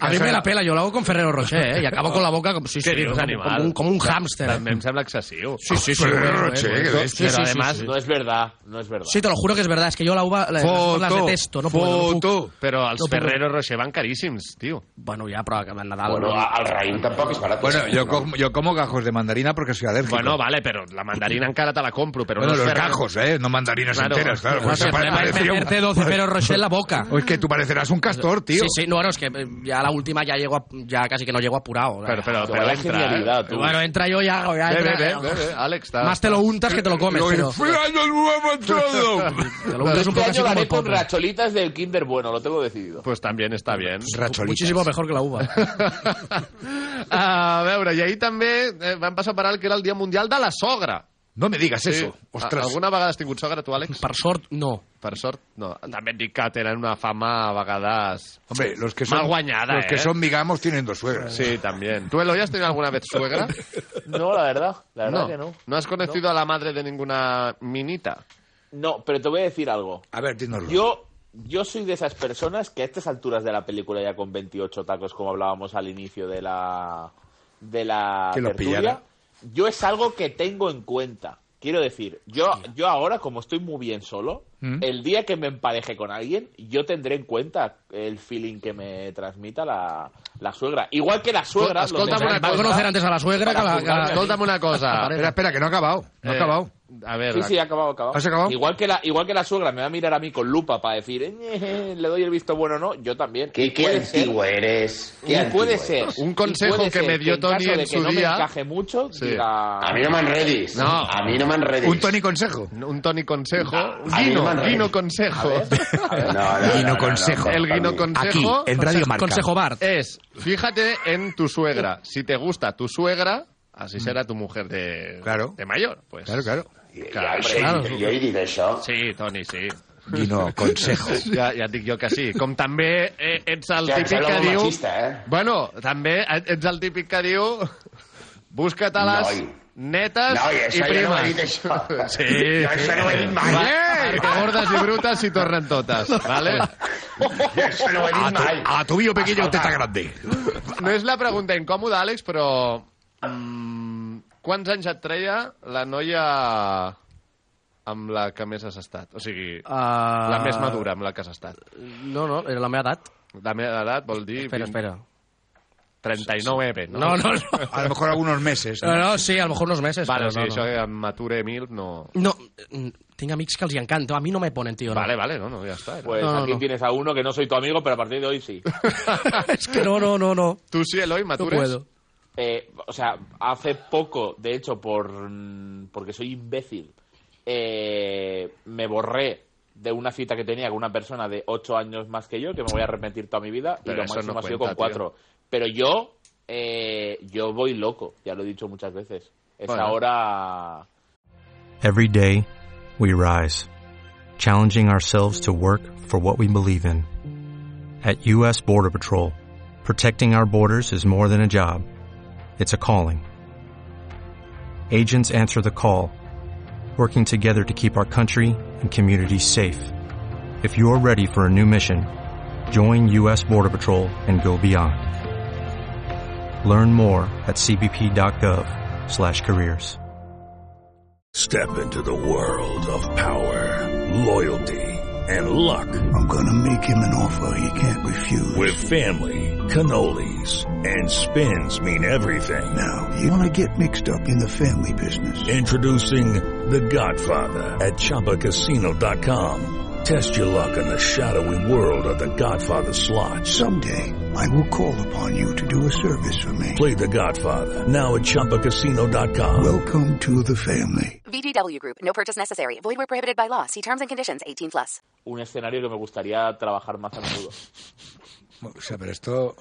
[SPEAKER 8] A mí me la pela, yo lo hago con Ferrero Rocher, ¿eh? Y acabo con la boca como, sí,
[SPEAKER 5] ¿Qué
[SPEAKER 8] sí,
[SPEAKER 5] dices,
[SPEAKER 8] como-
[SPEAKER 5] animal?
[SPEAKER 8] como un, como un hámster.
[SPEAKER 5] También me sembla excesivo.
[SPEAKER 8] Sí, sí, sí.
[SPEAKER 3] Ferrero
[SPEAKER 8] bueno, eh,
[SPEAKER 3] Rocher,
[SPEAKER 8] bueno.
[SPEAKER 3] qué
[SPEAKER 8] Sí,
[SPEAKER 3] bestia.
[SPEAKER 8] sí,
[SPEAKER 5] Pero
[SPEAKER 8] sí,
[SPEAKER 5] además,
[SPEAKER 8] sí.
[SPEAKER 7] No es verdad, no es verdad.
[SPEAKER 8] Sí, te lo juro que es verdad, es que yo la uva la- las uvas las
[SPEAKER 3] Foto,
[SPEAKER 8] detesto, no puedo, no puc.
[SPEAKER 3] foto.
[SPEAKER 5] Pero al
[SPEAKER 8] No puc.
[SPEAKER 5] Ferrero Rocher van carísimos, tío.
[SPEAKER 8] Bueno, ja, però que a Nadal...
[SPEAKER 9] Bueno,
[SPEAKER 8] no.
[SPEAKER 9] a- al raín tampoco es barato.
[SPEAKER 3] Bueno, yo
[SPEAKER 9] ¿no?
[SPEAKER 3] como, yo como gajos de mandarina porque soy alérgico.
[SPEAKER 5] pues, eh. Bueno, vale, pero la mandarina en cara te la compro, pero
[SPEAKER 3] Bueno,
[SPEAKER 5] no es
[SPEAKER 3] los
[SPEAKER 5] Ferrero-
[SPEAKER 3] gajos, ¿eh? No mandarinas
[SPEAKER 5] Claro. Pues
[SPEAKER 3] enteras, claro.
[SPEAKER 8] No
[SPEAKER 3] porque
[SPEAKER 8] sé, el
[SPEAKER 3] pare-
[SPEAKER 8] problema es
[SPEAKER 3] parecía un-
[SPEAKER 8] meterte 12 Ferrero Rocher en la boca.
[SPEAKER 3] O es que tú parecerás un castor, tío.
[SPEAKER 8] Sí, sí, no, bueno, es que eh, ya la última ya llego, a- ya casi que no llego apurado.
[SPEAKER 5] Pero, pero,
[SPEAKER 7] Pero
[SPEAKER 5] pero
[SPEAKER 7] vaya
[SPEAKER 5] entra,
[SPEAKER 7] genialidad,
[SPEAKER 5] eh.
[SPEAKER 7] tú.
[SPEAKER 8] bueno, entra yo ya, ya
[SPEAKER 5] Ve,
[SPEAKER 8] entra,
[SPEAKER 5] ve, ve, ve, ve, Alex, está.
[SPEAKER 8] Más te lo untas que te lo comes,
[SPEAKER 3] Pero-
[SPEAKER 8] pero...
[SPEAKER 3] ¡Feliz año nuevo a todos!
[SPEAKER 8] Te lo untas un
[SPEAKER 7] este
[SPEAKER 8] poco
[SPEAKER 7] año
[SPEAKER 8] así
[SPEAKER 7] lo
[SPEAKER 8] como el
[SPEAKER 7] haré con
[SPEAKER 8] popo.
[SPEAKER 7] racholitas del Kinder Bueno, lo tengo decidido.
[SPEAKER 5] Pues también está bien.
[SPEAKER 8] Muchísimo mejor que la uva.
[SPEAKER 5] a veure, i ahir també eh, vam passar per alt que era el Dia Mundial de la Sogra.
[SPEAKER 3] No me digas eso.
[SPEAKER 5] A-
[SPEAKER 3] Ostras.
[SPEAKER 5] Alguna vegada has tingut sogra, tu, Àlex?
[SPEAKER 8] Per sort, no.
[SPEAKER 5] Per sort, no. També et dic que tenen una fama a vegades...
[SPEAKER 3] Hombre, los que son.
[SPEAKER 5] Mal guañada,
[SPEAKER 3] Los que
[SPEAKER 5] ¿eh?
[SPEAKER 3] son migamos tienen dos suegras.
[SPEAKER 5] Sí, també. Tu, Eloy, has tenido alguna vez suegra?
[SPEAKER 7] No, la verdad, la verdad que no.
[SPEAKER 5] ¿No has conocido a la madre de ninguna minita?
[SPEAKER 7] No, pero te voy a decir algo.
[SPEAKER 3] A ver, dínoslo.
[SPEAKER 7] Yo, yo soy de esas personas que a estas alturas de la película, ya con 28 tacos, como hablábamos al inicio de la. de la.
[SPEAKER 3] Que lo
[SPEAKER 7] tertulia,
[SPEAKER 3] pillara.
[SPEAKER 7] yo es algo que tengo en cuenta. Quiero decir, yo, yo ahora, como estoy muy bien solo,
[SPEAKER 3] Mm.
[SPEAKER 7] el día que me empareje con alguien, yo tendré en cuenta el feeling que me transmita la, la suegra. Igual que la suegra.
[SPEAKER 5] Escolta,
[SPEAKER 7] lo tendré en
[SPEAKER 5] una
[SPEAKER 8] Va a
[SPEAKER 7] cuenta
[SPEAKER 8] conocer antes a la suegra que
[SPEAKER 7] para
[SPEAKER 8] la... que
[SPEAKER 7] juzgarme
[SPEAKER 8] la-
[SPEAKER 7] a mí.
[SPEAKER 5] Escolta'm una cosa.
[SPEAKER 3] Espera, espera, que no ha acabado. No ha
[SPEAKER 5] Eh,
[SPEAKER 3] acabado.
[SPEAKER 5] A ver,
[SPEAKER 7] Sí,
[SPEAKER 5] la-
[SPEAKER 7] sí, ha acabado, ha acabado.
[SPEAKER 3] ¿Has acabado?
[SPEAKER 7] Igual que, la, igual que la suegra me va a mirar a mí con lupa para decir, "Eh, eh, eh, le doy el visto bueno o no, yo también.
[SPEAKER 9] ¿Qué,
[SPEAKER 7] Y
[SPEAKER 9] qué
[SPEAKER 7] puede ser-
[SPEAKER 9] antiguo eres?
[SPEAKER 7] y
[SPEAKER 9] ¿Qué antiguo
[SPEAKER 7] puede
[SPEAKER 9] eres?
[SPEAKER 7] ser.
[SPEAKER 5] Un
[SPEAKER 7] y
[SPEAKER 5] consejo
[SPEAKER 7] puede
[SPEAKER 5] que
[SPEAKER 7] ser
[SPEAKER 5] me dio
[SPEAKER 7] en caso
[SPEAKER 5] Tony en
[SPEAKER 7] de que
[SPEAKER 5] su
[SPEAKER 7] no me
[SPEAKER 5] día-
[SPEAKER 7] encaje mucho,
[SPEAKER 5] Sí.
[SPEAKER 7] diga-
[SPEAKER 9] A mí no me enredis.
[SPEAKER 5] No.
[SPEAKER 9] A mí no me enredis.
[SPEAKER 3] Un Tony consejo.
[SPEAKER 5] un Toni Consejo.
[SPEAKER 9] a mi no
[SPEAKER 5] Guino,
[SPEAKER 9] m'han res.
[SPEAKER 5] Guino Consejo.
[SPEAKER 9] A ver, No, no,
[SPEAKER 3] Guino
[SPEAKER 9] no, no,
[SPEAKER 3] consejo.
[SPEAKER 9] no,
[SPEAKER 5] El
[SPEAKER 9] para
[SPEAKER 5] Guino
[SPEAKER 9] mí.
[SPEAKER 3] Aquí,
[SPEAKER 5] Consejo
[SPEAKER 3] en Radio
[SPEAKER 8] Consejo-
[SPEAKER 3] Marca.
[SPEAKER 8] Consejo Bart.
[SPEAKER 5] es, fíjate en tu suegra. Si te gusta tu suegra, así será tu mujer de,
[SPEAKER 3] Mm. Claro.
[SPEAKER 5] de mayor. Pues.
[SPEAKER 3] Claro, claro.
[SPEAKER 9] Ja,
[SPEAKER 5] Claro,
[SPEAKER 9] hombre,
[SPEAKER 5] claro.
[SPEAKER 9] Jo he dit això.
[SPEAKER 5] Sí, Toni, sí.
[SPEAKER 3] Guino consejo.
[SPEAKER 5] Ja, ja et dic jo que sí. Com també eh, ets el
[SPEAKER 9] Ja, em
[SPEAKER 5] típic
[SPEAKER 9] sembla
[SPEAKER 5] que
[SPEAKER 9] molt
[SPEAKER 5] diu...
[SPEAKER 9] machista, eh?
[SPEAKER 5] Bueno, també ets el típic que diu... Busca-te les
[SPEAKER 9] Noi.
[SPEAKER 5] netes
[SPEAKER 9] No, i
[SPEAKER 5] i
[SPEAKER 9] això jo no ho he
[SPEAKER 5] primes.
[SPEAKER 9] dit, això.
[SPEAKER 5] Sí.
[SPEAKER 9] Jo això no ho he dit mai.
[SPEAKER 5] Va, perquè gordes i brutes s'hi tornen totes, vale?
[SPEAKER 9] Jo això no ho he dit mai.
[SPEAKER 3] A tu bio pequeño, teta grande.
[SPEAKER 5] No és la pregunta incòmoda, Àlex, però... Mm, quants anys et treia la noia amb la que més has estat? O sigui,
[SPEAKER 8] Ah.
[SPEAKER 5] la més madura amb la que has estat.
[SPEAKER 8] No, no, era la meva edat.
[SPEAKER 5] La meva edat vol dir...
[SPEAKER 8] Espera,
[SPEAKER 5] vint-
[SPEAKER 8] espera.
[SPEAKER 5] 39 EP, E no?
[SPEAKER 8] No, no, no.
[SPEAKER 3] A lo mejor algunos meses. ¿no?
[SPEAKER 8] No, no, sí, a lo mejor unos meses.
[SPEAKER 5] Vale,
[SPEAKER 8] pero
[SPEAKER 5] o sigui,
[SPEAKER 8] no,
[SPEAKER 5] això que em mature mil, no...
[SPEAKER 8] no. No, mm, tinc amics que els hi encanta. A mi no me ponen, tío. No.
[SPEAKER 5] Vale, vale, no, no, ya está. era-
[SPEAKER 7] Pues
[SPEAKER 8] No, no,
[SPEAKER 7] aquí
[SPEAKER 8] no.
[SPEAKER 7] tienes a uno que no soy tu amigo, pero a partir de hoy sí.
[SPEAKER 8] es que no, no, no, no.
[SPEAKER 5] Tú sí, Eloy,
[SPEAKER 8] No
[SPEAKER 5] matures.
[SPEAKER 8] puedo.
[SPEAKER 7] Eh, o sea, hace poco, de hecho, por mm, porque soy imbécil, eh, me borré de una cita que tenía con una persona de ocho años más que yo, que me voy a arrepentir toda mi vida,
[SPEAKER 5] Pero
[SPEAKER 7] y lo
[SPEAKER 5] eso
[SPEAKER 7] máximo
[SPEAKER 5] no
[SPEAKER 7] ha sido
[SPEAKER 5] cuenta,
[SPEAKER 7] con cuatro. Pero yo, eh, yo voy loco, ya lo he dicho muchas veces. Es
[SPEAKER 5] Bueno.
[SPEAKER 7] ahora...
[SPEAKER 6] Every day, we rise, challenging ourselves to work for what we believe in. At U.S. Border Patrol, protecting our borders is more than a job. It's a calling. Agents answer the call, working together to keep our country and communities safe. If you're ready for a new mission, join U.S. Border Patrol and go beyond. Learn more at cbp.gov slash careers.
[SPEAKER 4] Step into the world of power, loyalty, and luck. I'm going to make him an offer he can't refuse. With family, cannolis, and spins mean everything. Now, you want to get mixed up in the family business. Introducing The Godfather at ChumbaCasino.com. Test your luck in the shadowy world of The Godfather slot. Someday, I will call upon you to do a service for me. Play The Godfather now at ChumbaCasino.com. Welcome to the family.
[SPEAKER 10] VGW Group. No purchase necessary. Void where prohibited by law. See terms and conditions. 18 plus.
[SPEAKER 7] un escenario que me gustaría trabajar más a menudo.
[SPEAKER 3] O sea, pero esto,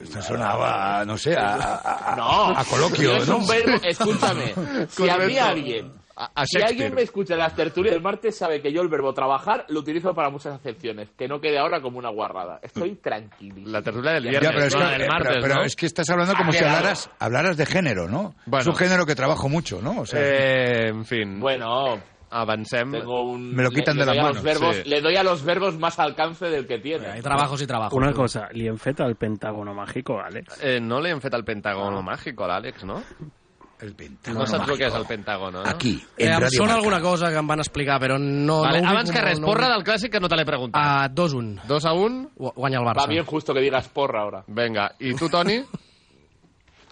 [SPEAKER 3] esto sonaba, no sé, a, a- a-
[SPEAKER 7] No,
[SPEAKER 3] a coloquio,
[SPEAKER 7] es
[SPEAKER 3] ¿no?
[SPEAKER 7] un verbo, escúchame, si a mí
[SPEAKER 5] Correcto.
[SPEAKER 7] alguien,
[SPEAKER 5] A- a
[SPEAKER 7] si
[SPEAKER 5] Shakespeare.
[SPEAKER 7] alguien me escucha en las tertulias del martes sabe que yo el verbo trabajar lo utilizo para muchas acepciones, que no quede ahora como una guarrada. Estoy tranquilo.
[SPEAKER 5] Mm. La tertulia del
[SPEAKER 3] Ya,
[SPEAKER 5] viernes,
[SPEAKER 3] pero es,
[SPEAKER 5] no,
[SPEAKER 3] que, eh,
[SPEAKER 5] la del
[SPEAKER 3] pero-
[SPEAKER 5] martes,
[SPEAKER 3] pero
[SPEAKER 5] ¿no? Ah,
[SPEAKER 3] es que estás hablando como si
[SPEAKER 7] Exagerado.
[SPEAKER 3] hablaras, hablaras de género, ¿no?
[SPEAKER 5] Bueno.
[SPEAKER 3] Es un género que trabajo mucho, ¿no? O sea,
[SPEAKER 5] Eh, en fin,
[SPEAKER 7] Bueno,
[SPEAKER 5] avancem.
[SPEAKER 7] tengo un...
[SPEAKER 3] Me lo quitan de
[SPEAKER 7] doy
[SPEAKER 3] las
[SPEAKER 7] a
[SPEAKER 3] manos,
[SPEAKER 7] Los verbos,
[SPEAKER 5] sí.
[SPEAKER 7] Le doy a los verbos más alcance del que
[SPEAKER 8] Hay
[SPEAKER 7] tiene.
[SPEAKER 8] trabajos y trabajos.
[SPEAKER 11] Una cosa, li hem fet el Pentágono Mágico, Àlex?
[SPEAKER 5] Eh, no li hem fet el pentagono màgico a l'Àlex, no?
[SPEAKER 3] el
[SPEAKER 5] No
[SPEAKER 3] Pentágono
[SPEAKER 5] saps el
[SPEAKER 3] mágico.
[SPEAKER 5] que és el pentagono, no?
[SPEAKER 3] Aquí, en
[SPEAKER 8] Eh, em
[SPEAKER 3] Radio
[SPEAKER 8] sona
[SPEAKER 3] Marca.
[SPEAKER 8] alguna cosa que em van explicar, però no...
[SPEAKER 5] Vale,
[SPEAKER 8] no
[SPEAKER 5] abans
[SPEAKER 8] ubico,
[SPEAKER 5] que res,
[SPEAKER 8] no
[SPEAKER 5] porra
[SPEAKER 8] ubico.
[SPEAKER 5] del clàssic que no te l'he preguntat.
[SPEAKER 8] A 2-1.
[SPEAKER 5] 2 a 1,
[SPEAKER 8] Gu- Guanya el Barça.
[SPEAKER 7] Va bien justo que digas porra ahora.
[SPEAKER 5] venga. I tu, Toni?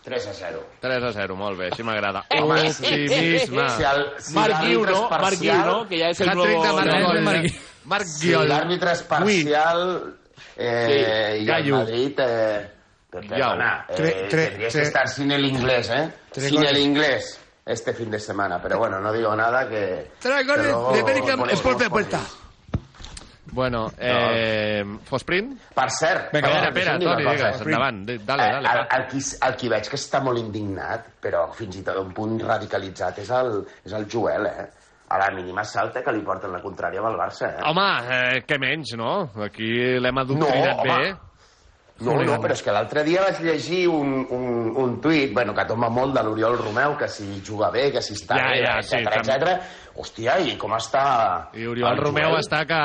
[SPEAKER 9] 3 a 0.
[SPEAKER 5] 3 a 0, molt bé, així m'agrada.
[SPEAKER 9] Home,
[SPEAKER 5] Optimisme.
[SPEAKER 9] Eh, Si el, si
[SPEAKER 7] Marqui
[SPEAKER 9] l'àrbitre és
[SPEAKER 7] uno, Marqui
[SPEAKER 9] parcial-
[SPEAKER 7] uno, que ya es el
[SPEAKER 5] Hat-trick de
[SPEAKER 7] nuevo...
[SPEAKER 5] Marc
[SPEAKER 8] no,
[SPEAKER 5] Guiol.
[SPEAKER 8] no, no.
[SPEAKER 5] Marc
[SPEAKER 9] Si
[SPEAKER 5] Guiol.
[SPEAKER 9] l'àrbitre és parcial eh,
[SPEAKER 5] Sí,
[SPEAKER 9] i el
[SPEAKER 5] Gallo.
[SPEAKER 9] Madrid... Eh, per- perdona, eh,
[SPEAKER 3] Tre- tre-
[SPEAKER 9] tendrías
[SPEAKER 3] tre-
[SPEAKER 9] que estar sin el inglés, ¿eh?
[SPEAKER 3] Tres
[SPEAKER 9] sin el
[SPEAKER 3] goles.
[SPEAKER 9] inglés este fin de semana. Pero bueno, no digo nada que...
[SPEAKER 3] Tres goles
[SPEAKER 9] que luego
[SPEAKER 3] de Bellingham,
[SPEAKER 9] ponemos
[SPEAKER 3] Sport de
[SPEAKER 9] los
[SPEAKER 3] vuelta.
[SPEAKER 9] goles.
[SPEAKER 5] Bueno, eh, Fosprint?
[SPEAKER 9] Per cert...
[SPEAKER 5] Vinga,
[SPEAKER 9] perdona,
[SPEAKER 5] espera, espera,
[SPEAKER 9] deixa'm dir una
[SPEAKER 5] Toni,
[SPEAKER 9] cosa.
[SPEAKER 5] digues, endavant. Di- Dale,
[SPEAKER 9] Eh, El,
[SPEAKER 5] dale. va.
[SPEAKER 9] el, qui, el qui veig que està molt indignat, però fins i tot a un punt radicalitzat, és el, és el Joel, eh? A la mínima salta que li porten la contrària amb el Barça, eh?
[SPEAKER 5] Home, eh, què menys, no? Aquí l'hem
[SPEAKER 9] no,
[SPEAKER 5] adoctrinat
[SPEAKER 9] home.
[SPEAKER 5] bé.
[SPEAKER 9] No, no, però és que l'altre dia vaig llegir un, un, un tuit, bueno, que toma molt de l'Oriol Romeu, que si juga bé, que si està
[SPEAKER 5] Ja,
[SPEAKER 9] bé,
[SPEAKER 5] ja, sí,
[SPEAKER 9] etcètera,
[SPEAKER 5] també.
[SPEAKER 9] etcètera. Hòstia, i com està...
[SPEAKER 5] I Oriol
[SPEAKER 9] el
[SPEAKER 5] Romeu
[SPEAKER 9] Joel?
[SPEAKER 5] està que,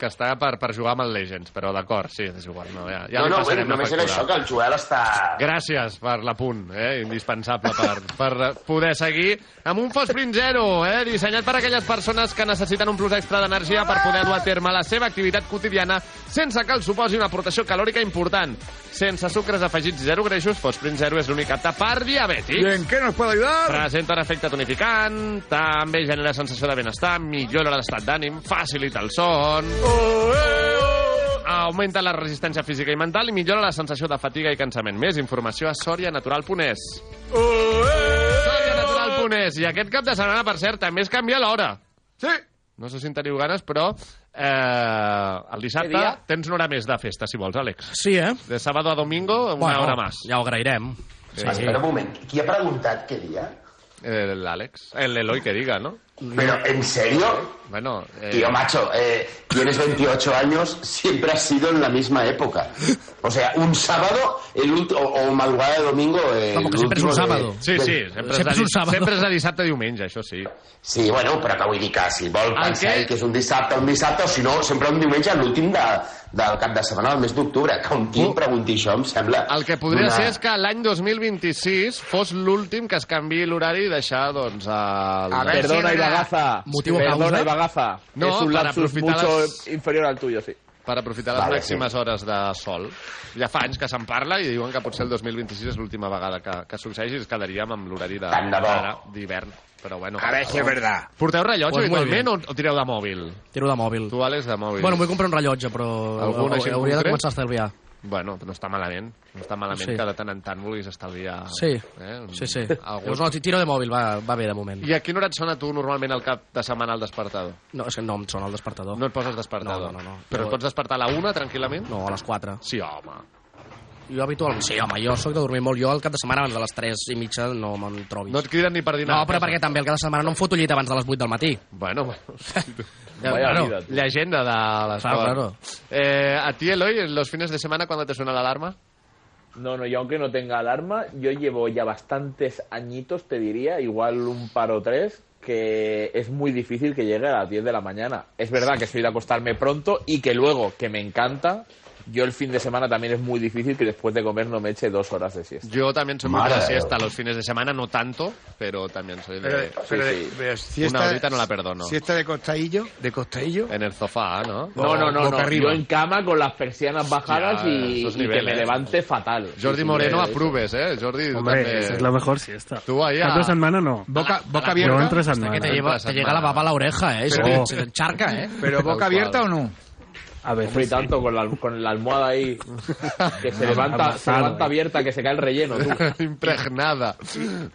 [SPEAKER 5] que està per, per jugar amb el Legends, però d'acord, sí, és igual. No, ja, ja
[SPEAKER 9] no,
[SPEAKER 5] li
[SPEAKER 9] no, bueno,
[SPEAKER 5] passarem la
[SPEAKER 9] només era
[SPEAKER 5] factura.
[SPEAKER 9] això, que el Joel està...
[SPEAKER 5] Gràcies per l'apunt, eh? indispensable per, per poder seguir amb un Fosprint Zero, eh? dissenyat per a aquelles persones que necessiten un plus extra d'energia per poder dur a terme la seva activitat quotidiana sense que els suposi una aportació calòrica important. Sense sucres afegits i zero greixos, Fosprint Zero és l'únic apte per diabètics.
[SPEAKER 3] ¿Y en qué nos puede ayudar?
[SPEAKER 5] Presenta un efecte tonificant, també genera sensació de benestar, millora l'estat d'ànim, facilita el son... Augmenta la resistència física i mental i millora la sensació de fatiga i cansament. Més informació a sorianatural.es. Sorianatural.es. I aquest cap de setmana, per cert, també es canvia l'hora. Sí. No sé si en teniu ganes, però eh, el
[SPEAKER 7] Què
[SPEAKER 5] dissabte
[SPEAKER 7] dia?
[SPEAKER 5] tens una hora més de festa, si vols, Àlex.
[SPEAKER 8] Sí, eh?
[SPEAKER 5] De sábado a domingo, una
[SPEAKER 8] Bueno,
[SPEAKER 5] hora més.
[SPEAKER 8] Ja ho agrairem. Sí, sí.
[SPEAKER 9] Espera un moment, qui ha preguntat què dia?
[SPEAKER 5] Eh, L'Àlex. El Eloi que diga, no?
[SPEAKER 9] Però, ¿en serio?
[SPEAKER 5] Bueno, eh,
[SPEAKER 9] Tío, macho, eh, tienes 28 años, siempre has sido en la misma época. O sea, un sábado el ulti- o, o madrugada de domingo... eh,
[SPEAKER 8] Como que
[SPEAKER 9] el
[SPEAKER 8] siempre es un
[SPEAKER 9] último de-
[SPEAKER 8] sábado.
[SPEAKER 5] Sí,
[SPEAKER 9] del-
[SPEAKER 5] sí, sempre,
[SPEAKER 8] Sempre
[SPEAKER 5] és,
[SPEAKER 8] és
[SPEAKER 5] de,
[SPEAKER 8] un sábado.
[SPEAKER 5] sempre és de dissabte i diumenge, això sí.
[SPEAKER 9] Sí, bueno, però que vull dir que si vol
[SPEAKER 5] El
[SPEAKER 9] pensar
[SPEAKER 5] què?
[SPEAKER 9] ell que és un dissabte, un dissabte, o si no, sempre un diumenge, l'últim de, del cap de setmana del mes d'octubre. Que un tio
[SPEAKER 8] Oh.
[SPEAKER 5] Uh.
[SPEAKER 9] pregunti això, em sembla...
[SPEAKER 5] El que podria
[SPEAKER 9] d'una-
[SPEAKER 5] ser és que l'any 2026 fos l'últim que es canviï l'horari i deixar, doncs, el...
[SPEAKER 3] A veure.
[SPEAKER 7] Perdona,
[SPEAKER 3] Sí,
[SPEAKER 7] Ibagaza.
[SPEAKER 8] motivo
[SPEAKER 7] Perdona,
[SPEAKER 8] causa.
[SPEAKER 7] Ibagaza.
[SPEAKER 5] No,
[SPEAKER 7] es un
[SPEAKER 5] para
[SPEAKER 7] lapsus
[SPEAKER 5] aprovechar
[SPEAKER 7] mucho
[SPEAKER 5] las-
[SPEAKER 7] inferior al tuyo, sí.
[SPEAKER 5] per aprofitar les
[SPEAKER 9] Vale,
[SPEAKER 5] màximes hores de sol. Ja fa anys que se'n parla i diuen que potser el 2026 és l'última vegada que, que succeeix i ens quedaríem amb l'horari de-
[SPEAKER 9] Tant de bo.
[SPEAKER 5] d'ara, d'hivern. Però bueno,
[SPEAKER 3] A ver si es verdad.
[SPEAKER 5] Porteu rellotge
[SPEAKER 8] Pues
[SPEAKER 5] pues
[SPEAKER 8] muy
[SPEAKER 5] habitualment o, o tireu de mòbil?
[SPEAKER 8] Tiro de mòbil.
[SPEAKER 5] Tu, Àlex, de mòbil.
[SPEAKER 8] Bueno, em vull comprar un rellotge, però
[SPEAKER 5] Algun així en
[SPEAKER 8] hauria de
[SPEAKER 5] concret?
[SPEAKER 8] començar a estalviar.
[SPEAKER 5] Bueno, no està malament. No està malament
[SPEAKER 8] Sí.
[SPEAKER 5] que de tant en tant vulguis estalviar...
[SPEAKER 8] Sí,
[SPEAKER 5] Eh? un-
[SPEAKER 8] sí, sí.
[SPEAKER 5] algun-
[SPEAKER 8] Llavors, no, tiro de mòbil, va, va bé de moment.
[SPEAKER 5] I a quina hora et sona a tu normalment el cap de setmana al despertador?
[SPEAKER 8] No, és que no em sona el despertador.
[SPEAKER 5] No et poses despertador?
[SPEAKER 8] No, no, no, no.
[SPEAKER 5] Però et pots despertar a la una tranquil·lament?
[SPEAKER 8] No, a les 4.
[SPEAKER 5] Sí, home.
[SPEAKER 8] Jo habitualment... Sí, home, jo sóc de dormir molt. Jo al cap de setmana abans de les 3 i mitja no me'n trobis.
[SPEAKER 5] No et criden ni per dinar
[SPEAKER 8] No,
[SPEAKER 5] a
[SPEAKER 8] però
[SPEAKER 5] casa.
[SPEAKER 8] perquè també el cap de setmana no em foto llit abans de les 8 del matí.
[SPEAKER 5] Bueno, bueno.
[SPEAKER 8] Ja,
[SPEAKER 5] Vaya
[SPEAKER 8] bueno.
[SPEAKER 5] vida, tú. Leyenda de las
[SPEAKER 8] Claro, claro.
[SPEAKER 5] Eh, ¿A ti, Eloy, los fines de semana cuando te suena la alarma?
[SPEAKER 7] No, no, y aunque no tenga alarma, yo llevo ya bastantes añitos, te diría, igual un par o tres, que es muy difícil que llegue a las 10 de la mañana. Es verdad que soy de acostarme pronto y que luego, que me encanta, yo el fin de semana también es muy difícil que después de comer no me eche dos horas de siesta.
[SPEAKER 5] Yo también soy muy de
[SPEAKER 7] Madre
[SPEAKER 5] la
[SPEAKER 7] de
[SPEAKER 5] siesta los fines de semana, no tanto, pero también soy de...
[SPEAKER 3] Pero,
[SPEAKER 5] sí,
[SPEAKER 3] pero,
[SPEAKER 5] sí.
[SPEAKER 3] pero siesta-
[SPEAKER 5] Una horita no la perdono.
[SPEAKER 3] Siesta de costadillo, de costadillo.
[SPEAKER 5] En el sofá, ¿no?
[SPEAKER 7] No, no, no,
[SPEAKER 3] Boca
[SPEAKER 7] no.
[SPEAKER 3] arriba.
[SPEAKER 7] yo en cama con las persianas bajadas
[SPEAKER 5] Hostia,
[SPEAKER 7] y,
[SPEAKER 5] esos
[SPEAKER 7] y que me
[SPEAKER 5] niveles.
[SPEAKER 7] levante fatal. Sí,
[SPEAKER 5] Jordi
[SPEAKER 7] sí,
[SPEAKER 5] Moreno,
[SPEAKER 7] sí, sí.
[SPEAKER 5] apruebes, ¿eh? Jordi, tú
[SPEAKER 11] Hombre,
[SPEAKER 5] también.
[SPEAKER 11] esa es la mejor siesta.
[SPEAKER 5] Tú ahí a-
[SPEAKER 11] Cap de setmana no.
[SPEAKER 3] Boca, boca
[SPEAKER 11] Jo
[SPEAKER 3] abierta.
[SPEAKER 11] entre
[SPEAKER 8] Hasta
[SPEAKER 11] setmana.
[SPEAKER 8] que te, lleva, te llega la baba a la oreja, eh?
[SPEAKER 11] Pero-
[SPEAKER 8] Eso te encharca, eh?
[SPEAKER 3] Pero boca abierta
[SPEAKER 5] pues,
[SPEAKER 3] o no?
[SPEAKER 11] A veces
[SPEAKER 7] Sufrí tanto con la, con la almohada ahí que se
[SPEAKER 5] No,
[SPEAKER 7] levanta, se
[SPEAKER 5] amasado,
[SPEAKER 11] eh.
[SPEAKER 7] levanta abierta que se cae el relleno. tú.
[SPEAKER 5] Impregnada.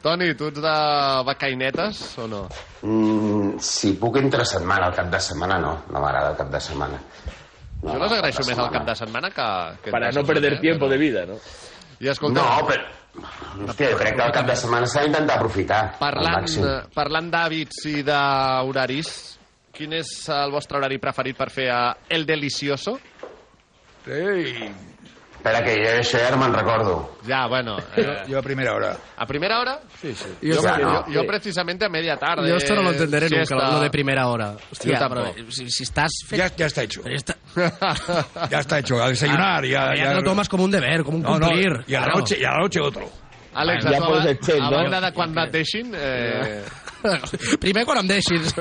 [SPEAKER 5] Toni, tu ets de bacainetes o no?
[SPEAKER 9] Mm, si puc entre setmana, el cap de setmana no. No m'agrada el cap de setmana.
[SPEAKER 5] Jo les agraeixo més al cap de setmana que... que
[SPEAKER 7] Para
[SPEAKER 5] entre
[SPEAKER 7] no perder
[SPEAKER 5] setmana, eh,
[SPEAKER 7] tiempo de vida, ¿no?
[SPEAKER 5] però- I escolta,
[SPEAKER 9] No, però... Hòstia, jo crec que el cap de setmana s'ha d'intentar aprofitar. al
[SPEAKER 5] Parlant,
[SPEAKER 9] màxim.
[SPEAKER 5] eh, parlant d'hàbits i d'horaris, quin és el vostre horari preferit per fer a El Delicioso?
[SPEAKER 3] Sí.
[SPEAKER 9] Espera, que jo això ja no me'n recordo.
[SPEAKER 5] Ja, bueno.
[SPEAKER 3] Yo,
[SPEAKER 5] Eh,
[SPEAKER 3] yo a primera hora.
[SPEAKER 5] a primera hora?
[SPEAKER 3] Sí, sí.
[SPEAKER 8] Yo,
[SPEAKER 5] Jo,
[SPEAKER 9] Ja,
[SPEAKER 5] jo,
[SPEAKER 9] no.
[SPEAKER 5] jo precisamente a media eh, tarde.
[SPEAKER 8] yo esto no lo entenderé
[SPEAKER 5] siesta.
[SPEAKER 8] nunca, lo de primera hora.
[SPEAKER 5] Yo
[SPEAKER 8] Hostia,
[SPEAKER 5] tampoco.
[SPEAKER 8] pero si, si estás... fe-
[SPEAKER 3] Ya, ya está hecho.
[SPEAKER 8] pero esta-
[SPEAKER 3] Ya está hecho. A desayunar y
[SPEAKER 8] ya,
[SPEAKER 3] a... y a-
[SPEAKER 8] te lo tomas como un deber, como un
[SPEAKER 3] No, no,
[SPEAKER 8] cumplir.
[SPEAKER 3] y a la
[SPEAKER 8] Claro.
[SPEAKER 3] noche, y a la noche otro.
[SPEAKER 5] Àlex,
[SPEAKER 7] Ja
[SPEAKER 5] a, tu,
[SPEAKER 7] pots ser xell,
[SPEAKER 5] a, a
[SPEAKER 7] no?
[SPEAKER 5] banda de quan et deixin, eh,
[SPEAKER 8] Primer quan em deixis.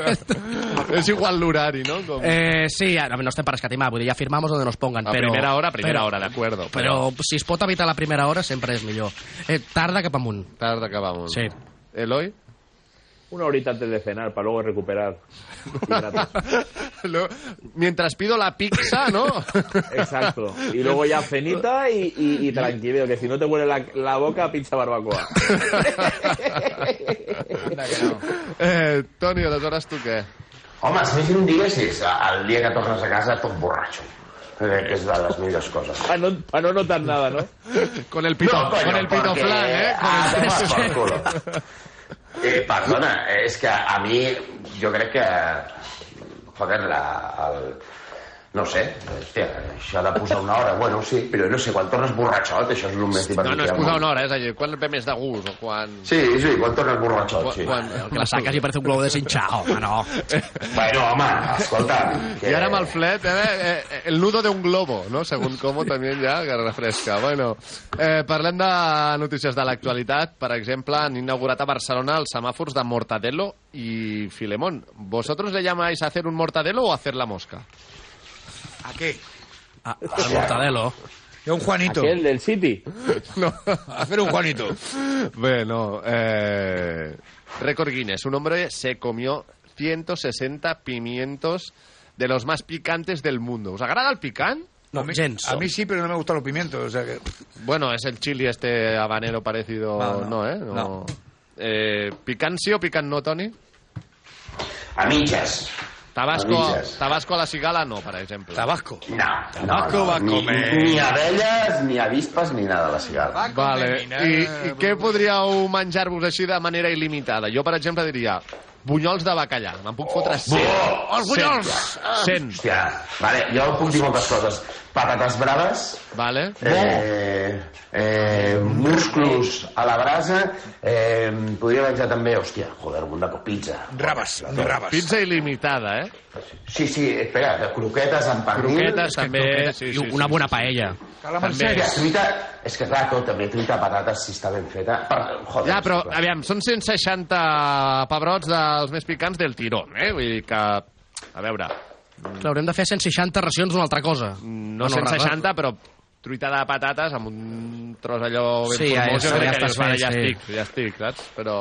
[SPEAKER 5] és igual l'horari, no? Com...
[SPEAKER 8] eh, sí, ara, no estem per escatimar, vull dir, ja firmamos donde nos pongan.
[SPEAKER 5] A
[SPEAKER 8] però,
[SPEAKER 5] Ah, primera hora, a primera
[SPEAKER 8] però-
[SPEAKER 5] hora, de acuerdo.
[SPEAKER 8] Però si es pot evitar la primera hora sempre és millor. Eh, tarda cap amunt.
[SPEAKER 5] Tard acabamos.
[SPEAKER 8] Sí.
[SPEAKER 5] Eloi?
[SPEAKER 7] Una horita antes de cenar para luego recuperar. hidratos.
[SPEAKER 5] Lo- Mientras pido la pizza, ¿no?
[SPEAKER 7] Exacto. Y luego ya cenita y, y, y tranquilo, que si no te huele la, la boca, pincha barbacoa.
[SPEAKER 5] eh, Toni, aleshores tu què?
[SPEAKER 9] Home, si fes un dia, sí, és el dia que tornes a casa tot borratxo. Crec que és de les millors coses.
[SPEAKER 7] Para no, pa no notar nada, ¿no?
[SPEAKER 5] Con el pito,
[SPEAKER 9] coño,
[SPEAKER 5] con el pito
[SPEAKER 9] porque-
[SPEAKER 5] flan, ¿eh? Con el-
[SPEAKER 9] Ah, te vas por culo. Eh, perdona, és que a mi, jo crec que... Joder, la, el, no ho sé, hòstia, això de posar una hora, bueno, sí, però no sé, quan tornes borratxot, això és el més divertit.
[SPEAKER 5] No, no, és
[SPEAKER 9] del
[SPEAKER 5] posar
[SPEAKER 9] món.
[SPEAKER 5] una hora, és a dir, quan ve més de gust o quan...
[SPEAKER 9] Sí, sí, quan tornes borratxot, sí.
[SPEAKER 5] quan...
[SPEAKER 8] El que la saques i parece un globo deshinchado, home, no.
[SPEAKER 9] Bueno, home, escolta'm...
[SPEAKER 5] I ara amb el flet, eh, eh, eh, el nudo d'un globo, no? Segons com, també ja, que refresca. Bueno, eh, parlem de notícies de l'actualitat. Per exemple, han inaugurat a Barcelona els semàfors de Mortadelo i Filemón. ¿Vosotros le llamáis a hacer un mortadelo o a hacer la mosca?
[SPEAKER 3] ¿A qué?
[SPEAKER 8] A, Ah, al mortadelo.
[SPEAKER 3] De un Juanito.
[SPEAKER 7] Aquel del City.
[SPEAKER 5] No.
[SPEAKER 3] Hacer un Juanito.
[SPEAKER 5] Bueno, eh, récord Guinness. Un hombre se comió 160 pimientos de los más picantes del mundo. ¿Os agrada el picante?
[SPEAKER 8] No,
[SPEAKER 3] a, mí,
[SPEAKER 8] gens.
[SPEAKER 3] a mí sí, pero no me gustan los pimientos. O sea que...
[SPEAKER 5] Bueno, es el chili este habanero parecido,
[SPEAKER 3] No,
[SPEAKER 5] no,
[SPEAKER 3] no.
[SPEAKER 5] ¿eh? No.
[SPEAKER 3] No.
[SPEAKER 5] Eh, ¿Pican sí o pican no, Tony?
[SPEAKER 9] A mitges.
[SPEAKER 5] Tabasco,
[SPEAKER 9] Amillas.
[SPEAKER 5] Tabasco a la cigala no, per exemple.
[SPEAKER 3] Tabasco.
[SPEAKER 9] No, no,
[SPEAKER 3] Tabaco
[SPEAKER 9] no.
[SPEAKER 3] va a
[SPEAKER 9] ni,
[SPEAKER 3] comer.
[SPEAKER 9] ni abelles, ni avispas, ni nada de la cigarra.
[SPEAKER 5] Vale. I, I què podríeu menjar-vos així de manera il·limitada? Jo, per exemple, diria bunyols de bacallà. Me'n puc fotre 100. Oh, els bunyols! Ah. 100.
[SPEAKER 9] Hòstia, vale, jo puc dir moltes coses. Patates braves,
[SPEAKER 5] Vale.
[SPEAKER 9] eh, eh, musclos a la brasa, eh, podria menjar també, hòstia, joder, un de pizza.
[SPEAKER 3] Rabas, rabas.
[SPEAKER 5] Pizza il·limitada, eh?
[SPEAKER 9] Sí, sí, espera, de croquetes amb pernil.
[SPEAKER 5] Croquetes també. Sí,
[SPEAKER 8] Eh, I
[SPEAKER 5] sí,
[SPEAKER 8] una
[SPEAKER 5] sí,
[SPEAKER 8] bona paella.
[SPEAKER 9] També. Hòstia, truita, és que clar, tot, també truita a patates si està ben feta. Per, joder,
[SPEAKER 5] Ja, però,
[SPEAKER 9] clar.
[SPEAKER 5] aviam, són 160 pebrots dels més picants del tiró, eh? Vull dir que... A veure,
[SPEAKER 8] Clar, haurem de fer 160 racions d'una altra cosa.
[SPEAKER 5] No 160, però truita de patates amb un tros allò ben
[SPEAKER 8] Sí, ja
[SPEAKER 5] formós,
[SPEAKER 8] és-
[SPEAKER 5] jo crec
[SPEAKER 8] ja
[SPEAKER 5] que dius,
[SPEAKER 8] estàs
[SPEAKER 5] vale,
[SPEAKER 8] fet,
[SPEAKER 5] ja
[SPEAKER 8] sí.
[SPEAKER 5] estic, ja estic, saps? Però...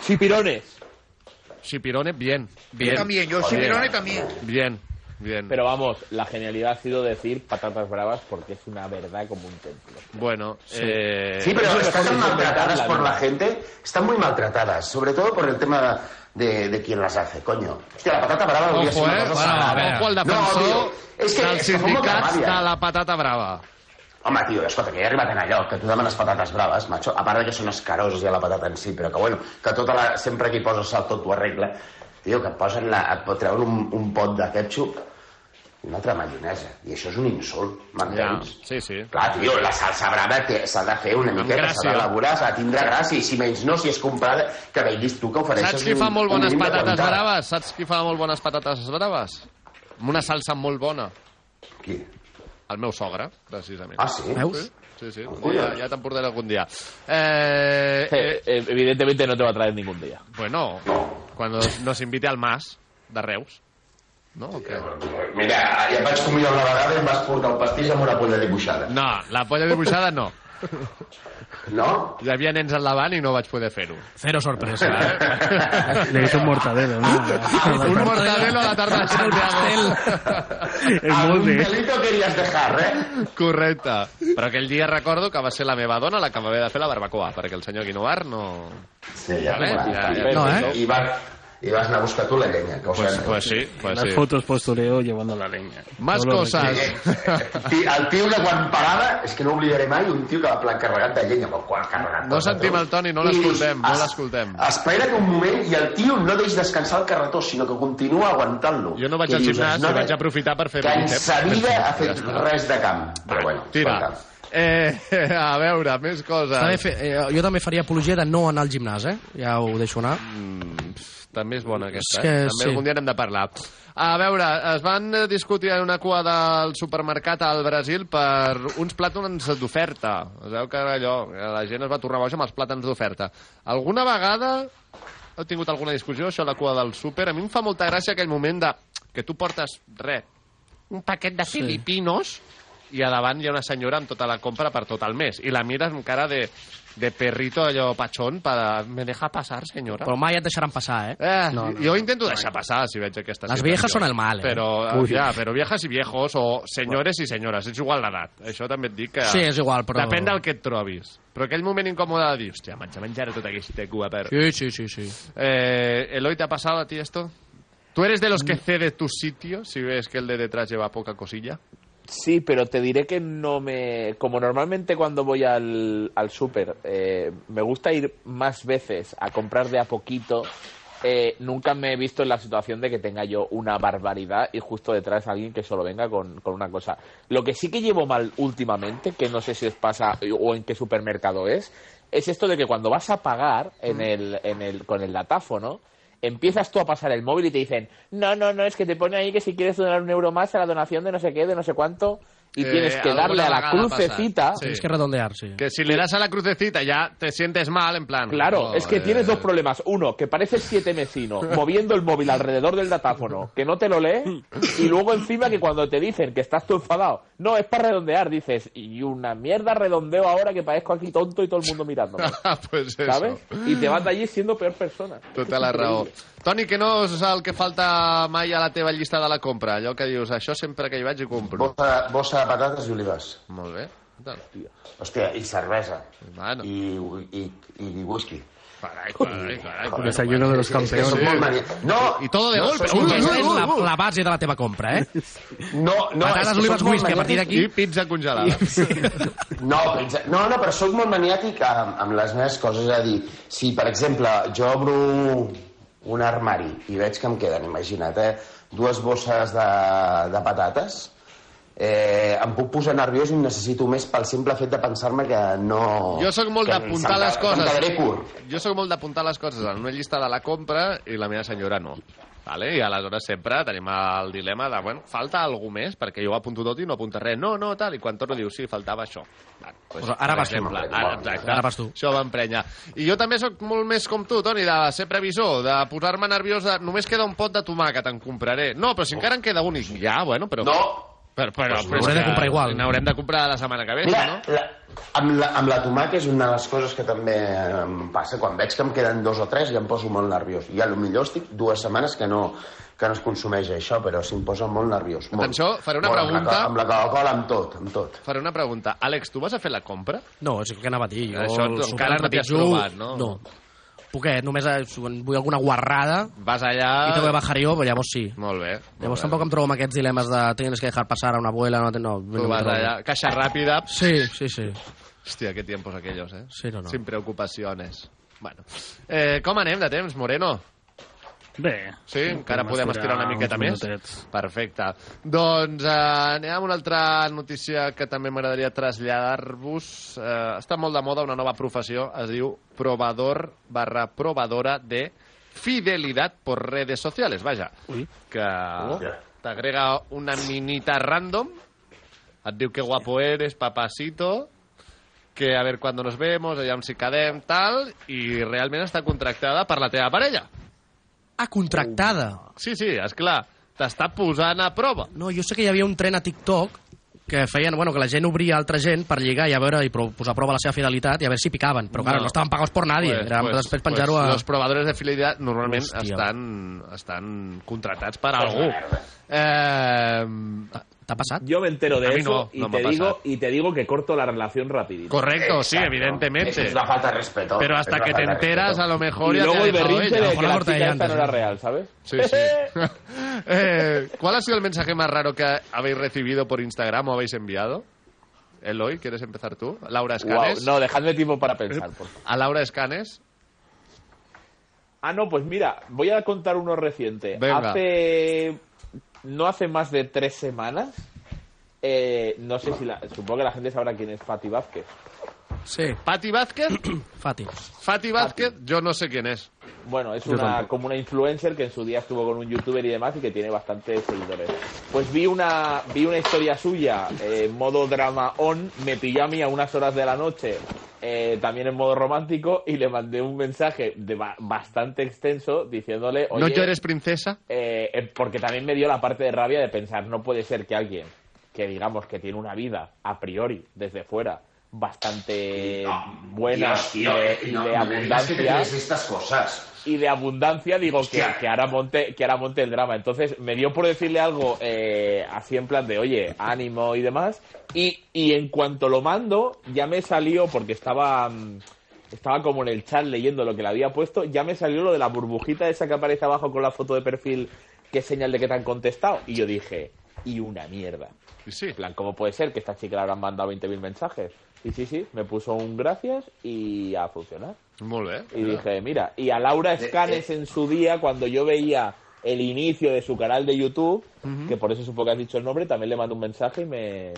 [SPEAKER 5] Chipirones. Chipirones, bien. bien.
[SPEAKER 7] Yo también, yo chipirones también.
[SPEAKER 5] Bien, bien.
[SPEAKER 7] Pero vamos, la genialidad ha sido decir patatas bravas porque es una verdad como un templo.
[SPEAKER 5] Bueno,
[SPEAKER 9] Eh, Sí, pero están tan maltratadas por la gente, están muy maltratadas, sobre todo por el tema de, de quién las hace, coño. Hostia, la patata brava
[SPEAKER 5] Ojo,
[SPEAKER 9] hubiera sido una
[SPEAKER 5] eh,
[SPEAKER 9] cosa
[SPEAKER 5] bueno,
[SPEAKER 9] sagrada.
[SPEAKER 5] ojo al defensor
[SPEAKER 9] no, tío, és que,
[SPEAKER 5] dels
[SPEAKER 9] és que com que
[SPEAKER 5] sindicats
[SPEAKER 9] ràbia.
[SPEAKER 5] de la patata brava.
[SPEAKER 9] Home, tio, escolta, que ja he arribat en allò, que tu demanes patates braves, macho, a part de que són escaroses ja la patata en si, però que, bueno, que tota la, sempre que hi poses sal tot ho arregla. Tio, que et posen la, et pot treure un, un pot de ketchup i una altra maionesa, i això és un insult, m'entens?
[SPEAKER 5] Sí, sí.
[SPEAKER 9] Clar, tio, la salsa brava té- s'ha de fer una
[SPEAKER 5] Amb
[SPEAKER 9] miqueta, s'ha
[SPEAKER 5] gràcia.
[SPEAKER 9] d'elaborar, s'ha de tindre gràcia, i si menys no, si és comprada, que veguis tu que ofereixes...
[SPEAKER 5] Saps qui fa molt bones patates braves? Saps qui fa molt bones patates braves? Amb una salsa molt bona.
[SPEAKER 9] Qui?
[SPEAKER 5] El meu sogre, precisament.
[SPEAKER 9] Ah, sí? Veus?
[SPEAKER 5] Sí, sí. Un
[SPEAKER 9] collons.
[SPEAKER 5] dia, ja te'n portaré algun dia. Eh, eh,
[SPEAKER 7] evidentemente no te va a traer ningún día.
[SPEAKER 5] bueno, quan nos invite al Mas, de Reus. No? O què?
[SPEAKER 9] Eh, Mira, ja et vaig convidar una vegada i em vas portar el pastís amb una polla dibuixada.
[SPEAKER 5] No, la polla dibuixada no.
[SPEAKER 9] No?
[SPEAKER 5] Hi havia nens al davant i no vaig poder fer-ho. Eh,
[SPEAKER 8] Cero sorpresa.
[SPEAKER 11] eh? Le hice un mortadelo, ¿no?
[SPEAKER 5] Un mortadelo a la tarda de Santiago.
[SPEAKER 11] És molt bé.
[SPEAKER 9] querías dejar, eh?
[SPEAKER 5] Correcte. Però aquell dia recordo que va ser la meva dona la que m'havia de fer la barbacoa, perquè el senyor Guinovar no...
[SPEAKER 9] Sí, ja t'ho van
[SPEAKER 5] ja, ja,
[SPEAKER 9] dir.
[SPEAKER 11] No, eh?
[SPEAKER 9] I, va- I vas anar a buscar tu la llenya. Que ho
[SPEAKER 5] Pues,
[SPEAKER 9] sabem.
[SPEAKER 5] pues sí, pues
[SPEAKER 11] Las
[SPEAKER 5] sí.
[SPEAKER 11] fotos postureo llevando la leña.
[SPEAKER 5] Más
[SPEAKER 11] Todo lo
[SPEAKER 5] cosas.
[SPEAKER 11] que-
[SPEAKER 9] Ti- El tio que quan parava, és que no oblidaré mai, un tio que va plan carregat de llenya, com quan carregat. eh?
[SPEAKER 5] No sentim el Toni, no
[SPEAKER 9] I dius,
[SPEAKER 5] l'escoltem, no
[SPEAKER 9] "Es-
[SPEAKER 5] l'escoltem.
[SPEAKER 9] Espera que un moment i el tio no deix descansar el carretó, sinó que continua aguantant-lo.
[SPEAKER 5] Jo no vaig
[SPEAKER 9] I
[SPEAKER 5] al
[SPEAKER 9] dius,
[SPEAKER 5] gimnàs i
[SPEAKER 9] "Esnova,
[SPEAKER 5] vaig aprofitar per fer...
[SPEAKER 9] Que en
[SPEAKER 5] bíceps".
[SPEAKER 9] sa vida ha fet
[SPEAKER 5] Ja està.
[SPEAKER 9] res de camp. Però bueno,
[SPEAKER 5] Tira.
[SPEAKER 9] escolta.
[SPEAKER 5] Eh, a veure, més coses.
[SPEAKER 8] També fe, eh, jo també faria apologia de no anar al gimnàs, eh? Ja ho deixo anar.
[SPEAKER 5] També és bona
[SPEAKER 8] És
[SPEAKER 5] aquesta,
[SPEAKER 8] que
[SPEAKER 5] Mm, eh? També
[SPEAKER 8] sí.
[SPEAKER 5] algun dia n'hem de parlar. A veure, es van eh, discutir en una cua del supermercat al Brasil per uns plàtans d'oferta. Es veu que era allò, que la gent es va tornar boja amb els plàtans d'oferta. Alguna vegada heu tingut alguna discussió, això, a la cua del súper? A mi em fa molta gràcia aquell moment de que tu portes, res, un paquet de filipinos i a davant hi ha una senyora amb tota la compra per tot el mes. I la mires amb cara de, de perrito allò patxón per... Me deja passar, senyora.
[SPEAKER 8] Però mai et deixaran passar, eh?
[SPEAKER 5] Eh,
[SPEAKER 8] No, no.
[SPEAKER 5] jo intento deixar passar si veig aquesta
[SPEAKER 8] Les
[SPEAKER 5] situació.
[SPEAKER 8] viejas són el mal, eh?
[SPEAKER 5] Però,
[SPEAKER 8] Ui.
[SPEAKER 5] ja, però viejas i viejos, o senyores i senyores, és igual l'edat. Això també et dic que...
[SPEAKER 8] Sí, és igual, però-
[SPEAKER 5] Depèn del que et trobis. Però aquell moment incòmode de dir, hòstia, m'haig de menjar tota aquesta cua, per...
[SPEAKER 8] Sí, sí, sí, sí.
[SPEAKER 5] Eh, Eloy, ¿te ha pasado a ti esto? ¿Tú eres de los
[SPEAKER 8] Mm.
[SPEAKER 5] que cede tu sitio si ves que el de detrás lleva poca cosilla?
[SPEAKER 7] Sí, pero te diré que no me... Como normalmente cuando voy al, al súper eh, me gusta ir más veces a comprar de a poquito, eh, nunca me he visto en la situación de que tenga yo una barbaridad y justo detrás alguien que solo venga con, con una cosa. Lo que sí que llevo mal últimamente, que no sé si os pasa o en qué supermercado es, es esto de que cuando vas a pagar en el, en el, con el datáfono, empiezas tú a pasar el móvil y te dicen, no, no, no, es que te pone ahí que si quieres donar un euro más a la donación de no sé qué, de no sé cuánto, y
[SPEAKER 5] Eh,
[SPEAKER 7] tienes que
[SPEAKER 5] alguna
[SPEAKER 7] darle a la
[SPEAKER 5] vagada pasa.
[SPEAKER 7] crucecita.
[SPEAKER 5] Sí.
[SPEAKER 8] Tens que redondear, sí.
[SPEAKER 5] Que si le das a la crucecita ya te sientes mal, en plan...
[SPEAKER 7] Claro,
[SPEAKER 5] no,
[SPEAKER 7] es que
[SPEAKER 5] eh,
[SPEAKER 7] tienes dos problemas. Uno, que pareces siete mesino, moviendo el móvil alrededor del datáfono, que no te lo lee, y luego encima que cuando te dicen que estás tú enfadado, no, es para redondear, dices, y una mierda redondeo ahora que parezco aquí tonto y todo el mundo mirándome.
[SPEAKER 5] pues eso.
[SPEAKER 7] ¿Sabes? Y te vas de allí siendo peor persona.
[SPEAKER 5] Tota la raó.
[SPEAKER 7] Mm.
[SPEAKER 5] Toni, que no és el que falta mai a la teva llista de la compra? Allò que dius, això sempre que hi vaig hi compro.
[SPEAKER 9] Bossa, bossa de patates i olives.
[SPEAKER 5] Molt bé. Què tal?
[SPEAKER 9] Hòstia, i cervesa.
[SPEAKER 5] Mano.
[SPEAKER 9] I, i, i whisky.
[SPEAKER 5] Carai, carai, carai.
[SPEAKER 11] El desayuno de los
[SPEAKER 9] Que
[SPEAKER 11] campeones.
[SPEAKER 9] són molt mani... No,
[SPEAKER 5] I todo de
[SPEAKER 9] no,
[SPEAKER 5] golpe.
[SPEAKER 9] són-
[SPEAKER 5] Ui,
[SPEAKER 8] Aquesta
[SPEAKER 5] ui,
[SPEAKER 8] és
[SPEAKER 5] ui,
[SPEAKER 8] la,
[SPEAKER 5] ui.
[SPEAKER 8] la base de la teva compra, eh?
[SPEAKER 9] No, no, és
[SPEAKER 8] Patates,
[SPEAKER 9] que
[SPEAKER 8] olives,
[SPEAKER 9] sóc molt
[SPEAKER 8] whisky, a partir d'aquí...
[SPEAKER 5] I pizza congelada.
[SPEAKER 9] No, pensa... no, no, però sóc molt maniàtic amb, amb les meves coses. És a dir, si, per exemple, jo obro un armari i veig que em queden, imagina't, eh, dues bosses de, de patates, eh, em puc posar nerviós i en necessito més pel simple fet de pensar-me que no...
[SPEAKER 5] Jo sóc molt
[SPEAKER 9] que
[SPEAKER 5] d'apuntar
[SPEAKER 9] se'm-
[SPEAKER 5] les
[SPEAKER 9] que Em quedaré
[SPEAKER 5] coses.
[SPEAKER 9] curt.
[SPEAKER 5] Jo sóc molt d'apuntar les coses en una llista de la compra i la meva senyora no. Vale? I aleshores sempre tenim el dilema de, bueno, falta algú més, perquè jo ho apunto tot i no apunta res. No, no, tal, i quan torno diu, sí, faltava això. Vale, doncs,
[SPEAKER 8] Pues ara
[SPEAKER 5] per
[SPEAKER 8] vas tu.
[SPEAKER 5] exemple, Ara, exacte,
[SPEAKER 8] Ara vas tu.
[SPEAKER 5] Això va emprenya. I jo també sóc molt més com tu, Toni, de ser previsor, de posar-me nerviós, de només queda un pot de tomàquet, en compraré. No, però si encara en queda un, i ja, bueno, però...
[SPEAKER 9] Oh. No.
[SPEAKER 5] Però, però,
[SPEAKER 9] Pues
[SPEAKER 5] però és
[SPEAKER 9] n'hauré de
[SPEAKER 5] que
[SPEAKER 9] comprar igual.
[SPEAKER 5] N'haurem de comprar la setmana que ve,
[SPEAKER 9] Mira,
[SPEAKER 5] no?
[SPEAKER 9] la, amb, la, amb la tomaca és una de les coses que també em passa. Quan veig que em queden dos o tres ja em poso molt nerviós. I a lo millor estic dues setmanes que no, que no es consumeix això, però sí em posa molt nerviós. Molt.
[SPEAKER 5] Atenció, faré una
[SPEAKER 9] Molt,
[SPEAKER 5] pregunta.
[SPEAKER 9] Amb la, co- amb la Coca-Cola, amb tot, amb tot.
[SPEAKER 5] Faré una pregunta. Àlex, tu vas a fer la compra?
[SPEAKER 8] No, és el que anava a dir. Jo
[SPEAKER 5] Això tu
[SPEAKER 8] el súper
[SPEAKER 5] encara
[SPEAKER 8] el
[SPEAKER 5] no t'hi has
[SPEAKER 8] trepitjo-
[SPEAKER 5] trobat, no?
[SPEAKER 8] No. Poquet, només eh, si vull alguna guarrada
[SPEAKER 5] Vas allà...
[SPEAKER 8] i te voy a bajar jo, però llavors sí.
[SPEAKER 5] Ah. Molt bé.
[SPEAKER 8] Llavors tampoc em trobo amb aquests dilemes de tienes que dejar pasar a una abuela, no... te- no,
[SPEAKER 5] Tu
[SPEAKER 8] no
[SPEAKER 5] vas allà, caixa ràpida...
[SPEAKER 8] Sí, sí, sí.
[SPEAKER 5] Hòstia, qué tiempos aquellos, eh?
[SPEAKER 8] Sí, no, no.
[SPEAKER 5] Sin preocupaciones. Bueno. Eh, com anem de temps, Moreno?
[SPEAKER 11] Bé.
[SPEAKER 5] Sí, encara podem estirar una miqueta
[SPEAKER 11] uns
[SPEAKER 5] més? Perfecte. Doncs eh, anem amb una altra notícia que també m'agradaria traslladar-vos. Eh, està molt de moda una nova professió, es diu provador barra provadora de fidelidad por redes sociales, vaja. Ui. Que
[SPEAKER 8] Oh.
[SPEAKER 5] t'agrega una minita random, et diu que guapo eres, papacito, que a ver cuando nos vemos, allà si quedem, tal, i realment està contractada per la teva parella.
[SPEAKER 8] Ah, contractada.
[SPEAKER 5] Sí, sí, és clar, t'està posant a prova.
[SPEAKER 8] No, jo sé que hi havia un tren a TikTok que feien, bueno, que la gent obria altra gent per lligar i a veure i pro- posar a prova la seva fidelitat i a veure si picaven, però clar,
[SPEAKER 5] No.
[SPEAKER 8] no, estaven pagats per nadie,
[SPEAKER 5] Pues,
[SPEAKER 8] era
[SPEAKER 5] pues,
[SPEAKER 8] després penjar-ho
[SPEAKER 5] pues,
[SPEAKER 8] a...
[SPEAKER 5] Los provadores de fidelitat normalment
[SPEAKER 8] Hòstia.
[SPEAKER 5] estan, estan contratats
[SPEAKER 7] Pues
[SPEAKER 5] per algú. Eh,
[SPEAKER 8] ¿Te ha pasado?
[SPEAKER 7] Yo me entero de
[SPEAKER 5] A mí
[SPEAKER 7] eso
[SPEAKER 5] no,
[SPEAKER 7] y,
[SPEAKER 5] no me
[SPEAKER 7] te
[SPEAKER 5] ha
[SPEAKER 7] digo, y te digo que corto la relación rapidito.
[SPEAKER 5] correcto, sí, evidentemente. Pero hasta que te enteras, a lo mejor
[SPEAKER 7] Y
[SPEAKER 5] ya
[SPEAKER 7] luego
[SPEAKER 5] te
[SPEAKER 7] el
[SPEAKER 5] ha dejado ¿eh?
[SPEAKER 7] berrinche
[SPEAKER 5] ella.
[SPEAKER 7] de que la chica esta no era real, ¿sabes?
[SPEAKER 5] Sí, sí. Eh, ¿Cuál ha sido el mensaje más raro que habéis recibido por Instagram o habéis enviado? Eloy, ¿quieres empezar tú? Laura
[SPEAKER 7] Guau,
[SPEAKER 5] Escanes. Eh,
[SPEAKER 7] no, dejadme tiempo para pensar. por favor.
[SPEAKER 5] A Laura Escanes.
[SPEAKER 7] Ah, no, pues mira, voy a contar uno reciente.
[SPEAKER 5] Venga.
[SPEAKER 7] Hace. No hace más de tres semanas. eh, no sé si la. Supongo que la gente sabrá quién es Fati Vázquez.
[SPEAKER 8] Sí.
[SPEAKER 5] Pati Vázquez.
[SPEAKER 8] Fati.
[SPEAKER 5] Fati Vázquez, yo no sé quién es.
[SPEAKER 7] Bueno, es
[SPEAKER 5] Yo
[SPEAKER 7] una,
[SPEAKER 5] tampoco.
[SPEAKER 7] como una influencer que en su día estuvo con un youtuber y demás y que tiene bastantes seguidores. Pues vi una, vi una historia suya eh, en modo drama on, me pilló a mí a unas horas de la noche, eh, también en modo romántico, y le mandé un mensaje de ba- bastante extenso diciéndole, oye,
[SPEAKER 5] ¿No llores, princesa?
[SPEAKER 7] eh, eh, porque también me dio la parte de rabia de pensar, no puede ser que alguien que digamos que tiene una vida a priori desde fuera bastante buena
[SPEAKER 9] Dios,
[SPEAKER 7] y
[SPEAKER 9] tío,
[SPEAKER 7] de,
[SPEAKER 9] eh,
[SPEAKER 7] y
[SPEAKER 9] no,
[SPEAKER 7] de
[SPEAKER 9] no me digas que te
[SPEAKER 7] abundancia
[SPEAKER 9] crees estas cosas.
[SPEAKER 7] y de abundancia digo que,
[SPEAKER 9] Hostia.
[SPEAKER 7] que ahora monte que ahora monte el drama entonces me dio por decirle algo eh, así en plan de oye ánimo y demás y, y en cuanto lo mando ya me salió porque estaba mm, estaba como en el chat leyendo lo que le había puesto ya me salió lo de la burbujita esa que aparece abajo con la foto de perfil que es señal de que te han contestado y yo dije y una mierda
[SPEAKER 5] Sí. En
[SPEAKER 7] plan, ¿cómo puede ser que esta chica le habrán mandado 20.000 mensajes? Y sí, sí, me puso un gracias y a funcionar.
[SPEAKER 5] Muy bien.
[SPEAKER 7] Y dije, mira, y a Laura Escanes en su día, cuando yo veía el inicio de su canal de YouTube,
[SPEAKER 5] Ujú.
[SPEAKER 7] que por eso supongo que has dicho el nombre, también le mandé un mensaje y me...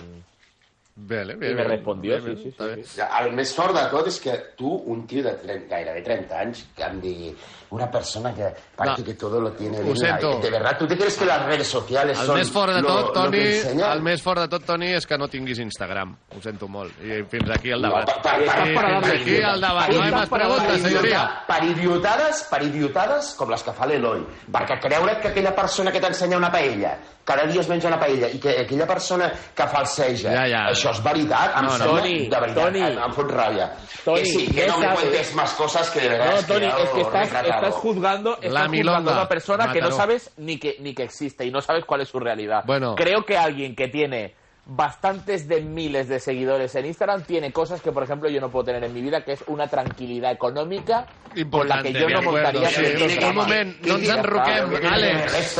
[SPEAKER 5] Vale,
[SPEAKER 7] Y me respondió, sí, sí, sí, sí.
[SPEAKER 9] El més fort de tot és que tu, un tio de 30, gairebé 30 anys, que em digui una persona que parece que todo lo tiene
[SPEAKER 5] Ho
[SPEAKER 9] bien,
[SPEAKER 5] sento.
[SPEAKER 9] eh, de verdad, ¿tú te crees que las redes sociales
[SPEAKER 5] El
[SPEAKER 9] son
[SPEAKER 5] més fort de
[SPEAKER 9] lo-
[SPEAKER 5] tot,
[SPEAKER 9] lo
[SPEAKER 5] Toni,
[SPEAKER 9] que enseñan?
[SPEAKER 5] el més fort de tot, Toni, és que no tinguis Instagram. Ho sento molt. I fins aquí el debat.
[SPEAKER 9] Per- per-
[SPEAKER 5] I
[SPEAKER 9] per- per-
[SPEAKER 5] fins
[SPEAKER 9] per-
[SPEAKER 5] aquí el debat.
[SPEAKER 9] per-
[SPEAKER 5] No hi ha
[SPEAKER 9] per-
[SPEAKER 5] més
[SPEAKER 9] per-
[SPEAKER 5] preguntes,
[SPEAKER 9] per-
[SPEAKER 5] senyoria.
[SPEAKER 9] Per idiotades, per idiotades com les que fa l'Eloi. Perquè creure't que aquella persona que t'ensenya una paella, cada dia es menja una paella, i que aquella persona que falseja,
[SPEAKER 5] Ja, ja.
[SPEAKER 9] això és veritat, em
[SPEAKER 5] No, no.
[SPEAKER 9] sembla,
[SPEAKER 5] Toni,
[SPEAKER 9] de veritat,
[SPEAKER 5] Toni.
[SPEAKER 9] em- em fot ràbia.
[SPEAKER 7] Toni,
[SPEAKER 9] que sí, que
[SPEAKER 7] ja
[SPEAKER 9] no me
[SPEAKER 7] sabes.
[SPEAKER 9] cuentes más cosas que de verdad
[SPEAKER 7] eh. No,
[SPEAKER 9] has
[SPEAKER 7] Toni,
[SPEAKER 9] quedado
[SPEAKER 7] es que estás,
[SPEAKER 9] retratado.
[SPEAKER 7] estás juzgando, estás
[SPEAKER 9] La
[SPEAKER 7] juzgando
[SPEAKER 9] milonga,
[SPEAKER 7] a una persona que no
[SPEAKER 9] mátalo.
[SPEAKER 7] sabes ni que, ni que existe y no sabes cuál es su realidad.
[SPEAKER 5] Bueno.
[SPEAKER 7] Creo que alguien que tiene bastantes de miles de seguidores en Instagram tiene cosas que, por ejemplo, yo no puedo tener en mi vida, que es una tranquilidad económica con la que
[SPEAKER 5] Importante,
[SPEAKER 7] yo
[SPEAKER 5] de
[SPEAKER 7] no
[SPEAKER 5] acuerdo.
[SPEAKER 7] montaría
[SPEAKER 5] Sí,
[SPEAKER 7] ciertos
[SPEAKER 5] en ningún
[SPEAKER 7] dramas.
[SPEAKER 5] moment, no ens enroquem, Àlex.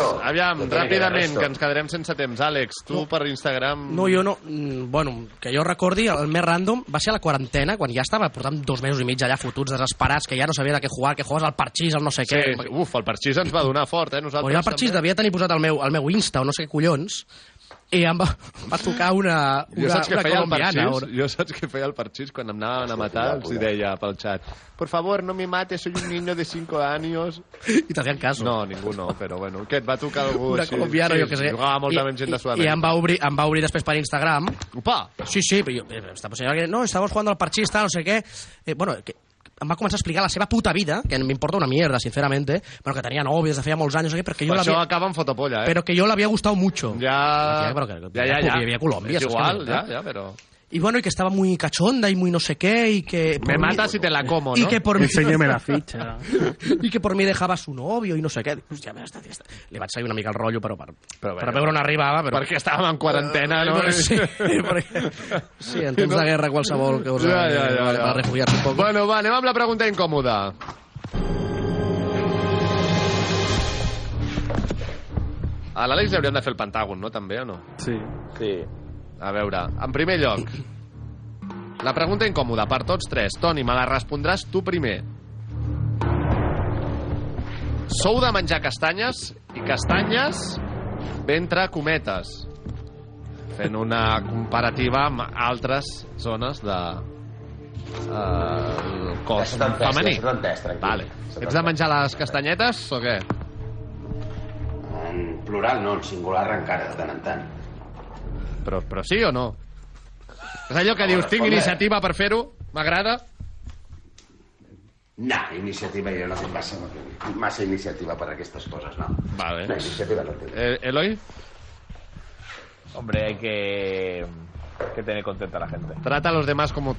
[SPEAKER 8] Què
[SPEAKER 5] Aviam,
[SPEAKER 8] tiene que ver
[SPEAKER 5] ràpidament,
[SPEAKER 8] esto?
[SPEAKER 5] que ens quedarem sense temps. Àlex, tu per Instagram...
[SPEAKER 8] No, jo no... mm, Bueno, que jo recordi, el més random va ser a la quarantena, quan ja estava portant dos mesos i mig allà fotuts, desesperats, que ja no sabia de què jugar, que jugues al parxís, al no sé
[SPEAKER 5] Sí,
[SPEAKER 8] què.
[SPEAKER 5] uf, el parxís ens va donar fort, eh, nosaltres
[SPEAKER 8] Bueno, jo el parxís
[SPEAKER 5] també.
[SPEAKER 8] devia tenir posat el meu, el meu Insta o no sé què collons, i em va, va tocar una,
[SPEAKER 5] jo,
[SPEAKER 8] una,
[SPEAKER 5] saps que
[SPEAKER 8] una
[SPEAKER 5] feia el
[SPEAKER 8] colombiana.
[SPEAKER 5] parxís,
[SPEAKER 8] una-
[SPEAKER 5] jo saps que feia el parxís quan em anaven a matar, els hi deia pel xat Por favor, no me mates, soy un niño de 5 años.
[SPEAKER 8] I t'hacien caso.
[SPEAKER 5] No, ningú no, però bueno, què et va tocar algú?
[SPEAKER 8] una
[SPEAKER 5] així?
[SPEAKER 8] colombiana,
[SPEAKER 5] Oh, Sí,
[SPEAKER 8] jo què sé.
[SPEAKER 5] Jugava molt també amb gent de
[SPEAKER 8] I,
[SPEAKER 5] Sud-amèrica.
[SPEAKER 8] em, va obrir, em va obrir després per Instagram.
[SPEAKER 5] Opa!
[SPEAKER 8] Sí, sí, però jo, eh, esta senyora que, no, estàvem jugando al parchista, no sé què. Eh, bueno, que, em va començar a explicar la seva puta vida, que m'importa una mierda, sinceramente, però que tenia nòvies de feia molts anys, no sé què, perquè jo
[SPEAKER 5] Per això
[SPEAKER 8] l'havia...
[SPEAKER 5] acaba en fotopolla, eh?
[SPEAKER 8] Però que jo l'havia gustat mucho.
[SPEAKER 5] Ja...
[SPEAKER 8] Ja, però que-
[SPEAKER 5] ja, ja, ja.
[SPEAKER 8] hi havia Colòmbia,
[SPEAKER 5] És
[SPEAKER 8] saps
[SPEAKER 5] igual,
[SPEAKER 8] que no,
[SPEAKER 5] ja,
[SPEAKER 8] eh?
[SPEAKER 5] ja, però...
[SPEAKER 8] Y bueno, y que estaba muy cachonda y muy no sé qué, y que...
[SPEAKER 5] Me
[SPEAKER 8] por
[SPEAKER 5] mata
[SPEAKER 8] mí-
[SPEAKER 5] si te la como,
[SPEAKER 8] Y
[SPEAKER 5] ¿no?
[SPEAKER 8] que por mí...
[SPEAKER 11] Enséñame la ficha.
[SPEAKER 8] y que por mí dejaba a su novio y no sé qué. Dic, Hòstia, mira, esta, esta. Li vaig salir una mica el rotllo, però per, però, per veure on arribava. Però...
[SPEAKER 5] Perquè estàvem en quarantena,
[SPEAKER 8] Eh,
[SPEAKER 5] no?
[SPEAKER 8] però Sí, perquè... sí, en temps de guerra qualsevol cosa
[SPEAKER 5] Ja, ja, ja,
[SPEAKER 8] vale,
[SPEAKER 5] ja.
[SPEAKER 8] per refugiar-se un poc.
[SPEAKER 5] Bueno, va, anem amb la pregunta incòmoda. A l'Àlex li hauríem de fer el Pentàgon, no? També, o no?
[SPEAKER 11] Sí.
[SPEAKER 7] Sí.
[SPEAKER 5] A veure, en primer lloc, la pregunta incòmoda per tots tres. Toni, me la respondràs tu primer. Sou de menjar castanyes i castanyes ventre cometes. Fent una comparativa amb altres zones de... Eh, el cos
[SPEAKER 9] Això t'entès,
[SPEAKER 5] femení.
[SPEAKER 9] això t'entès, tranquil.
[SPEAKER 5] Vale.
[SPEAKER 9] Això
[SPEAKER 5] Ets de
[SPEAKER 9] t'entès.
[SPEAKER 5] menjar les castanyetes o què?
[SPEAKER 9] En plural no, en singular encara, de tant en tant.
[SPEAKER 5] Però, però sí o no? És allò que dius, tinc
[SPEAKER 9] Home.
[SPEAKER 5] iniciativa per fer-ho, m'agrada.
[SPEAKER 9] No, iniciativa jo no tinc massa, massa iniciativa per aquestes coses, no.
[SPEAKER 5] Vale.
[SPEAKER 9] No, iniciativa no tinc.
[SPEAKER 5] Eh, Eloi?
[SPEAKER 7] Hombre, hay que, que tener contenta a la gente.
[SPEAKER 5] Trata a los demás como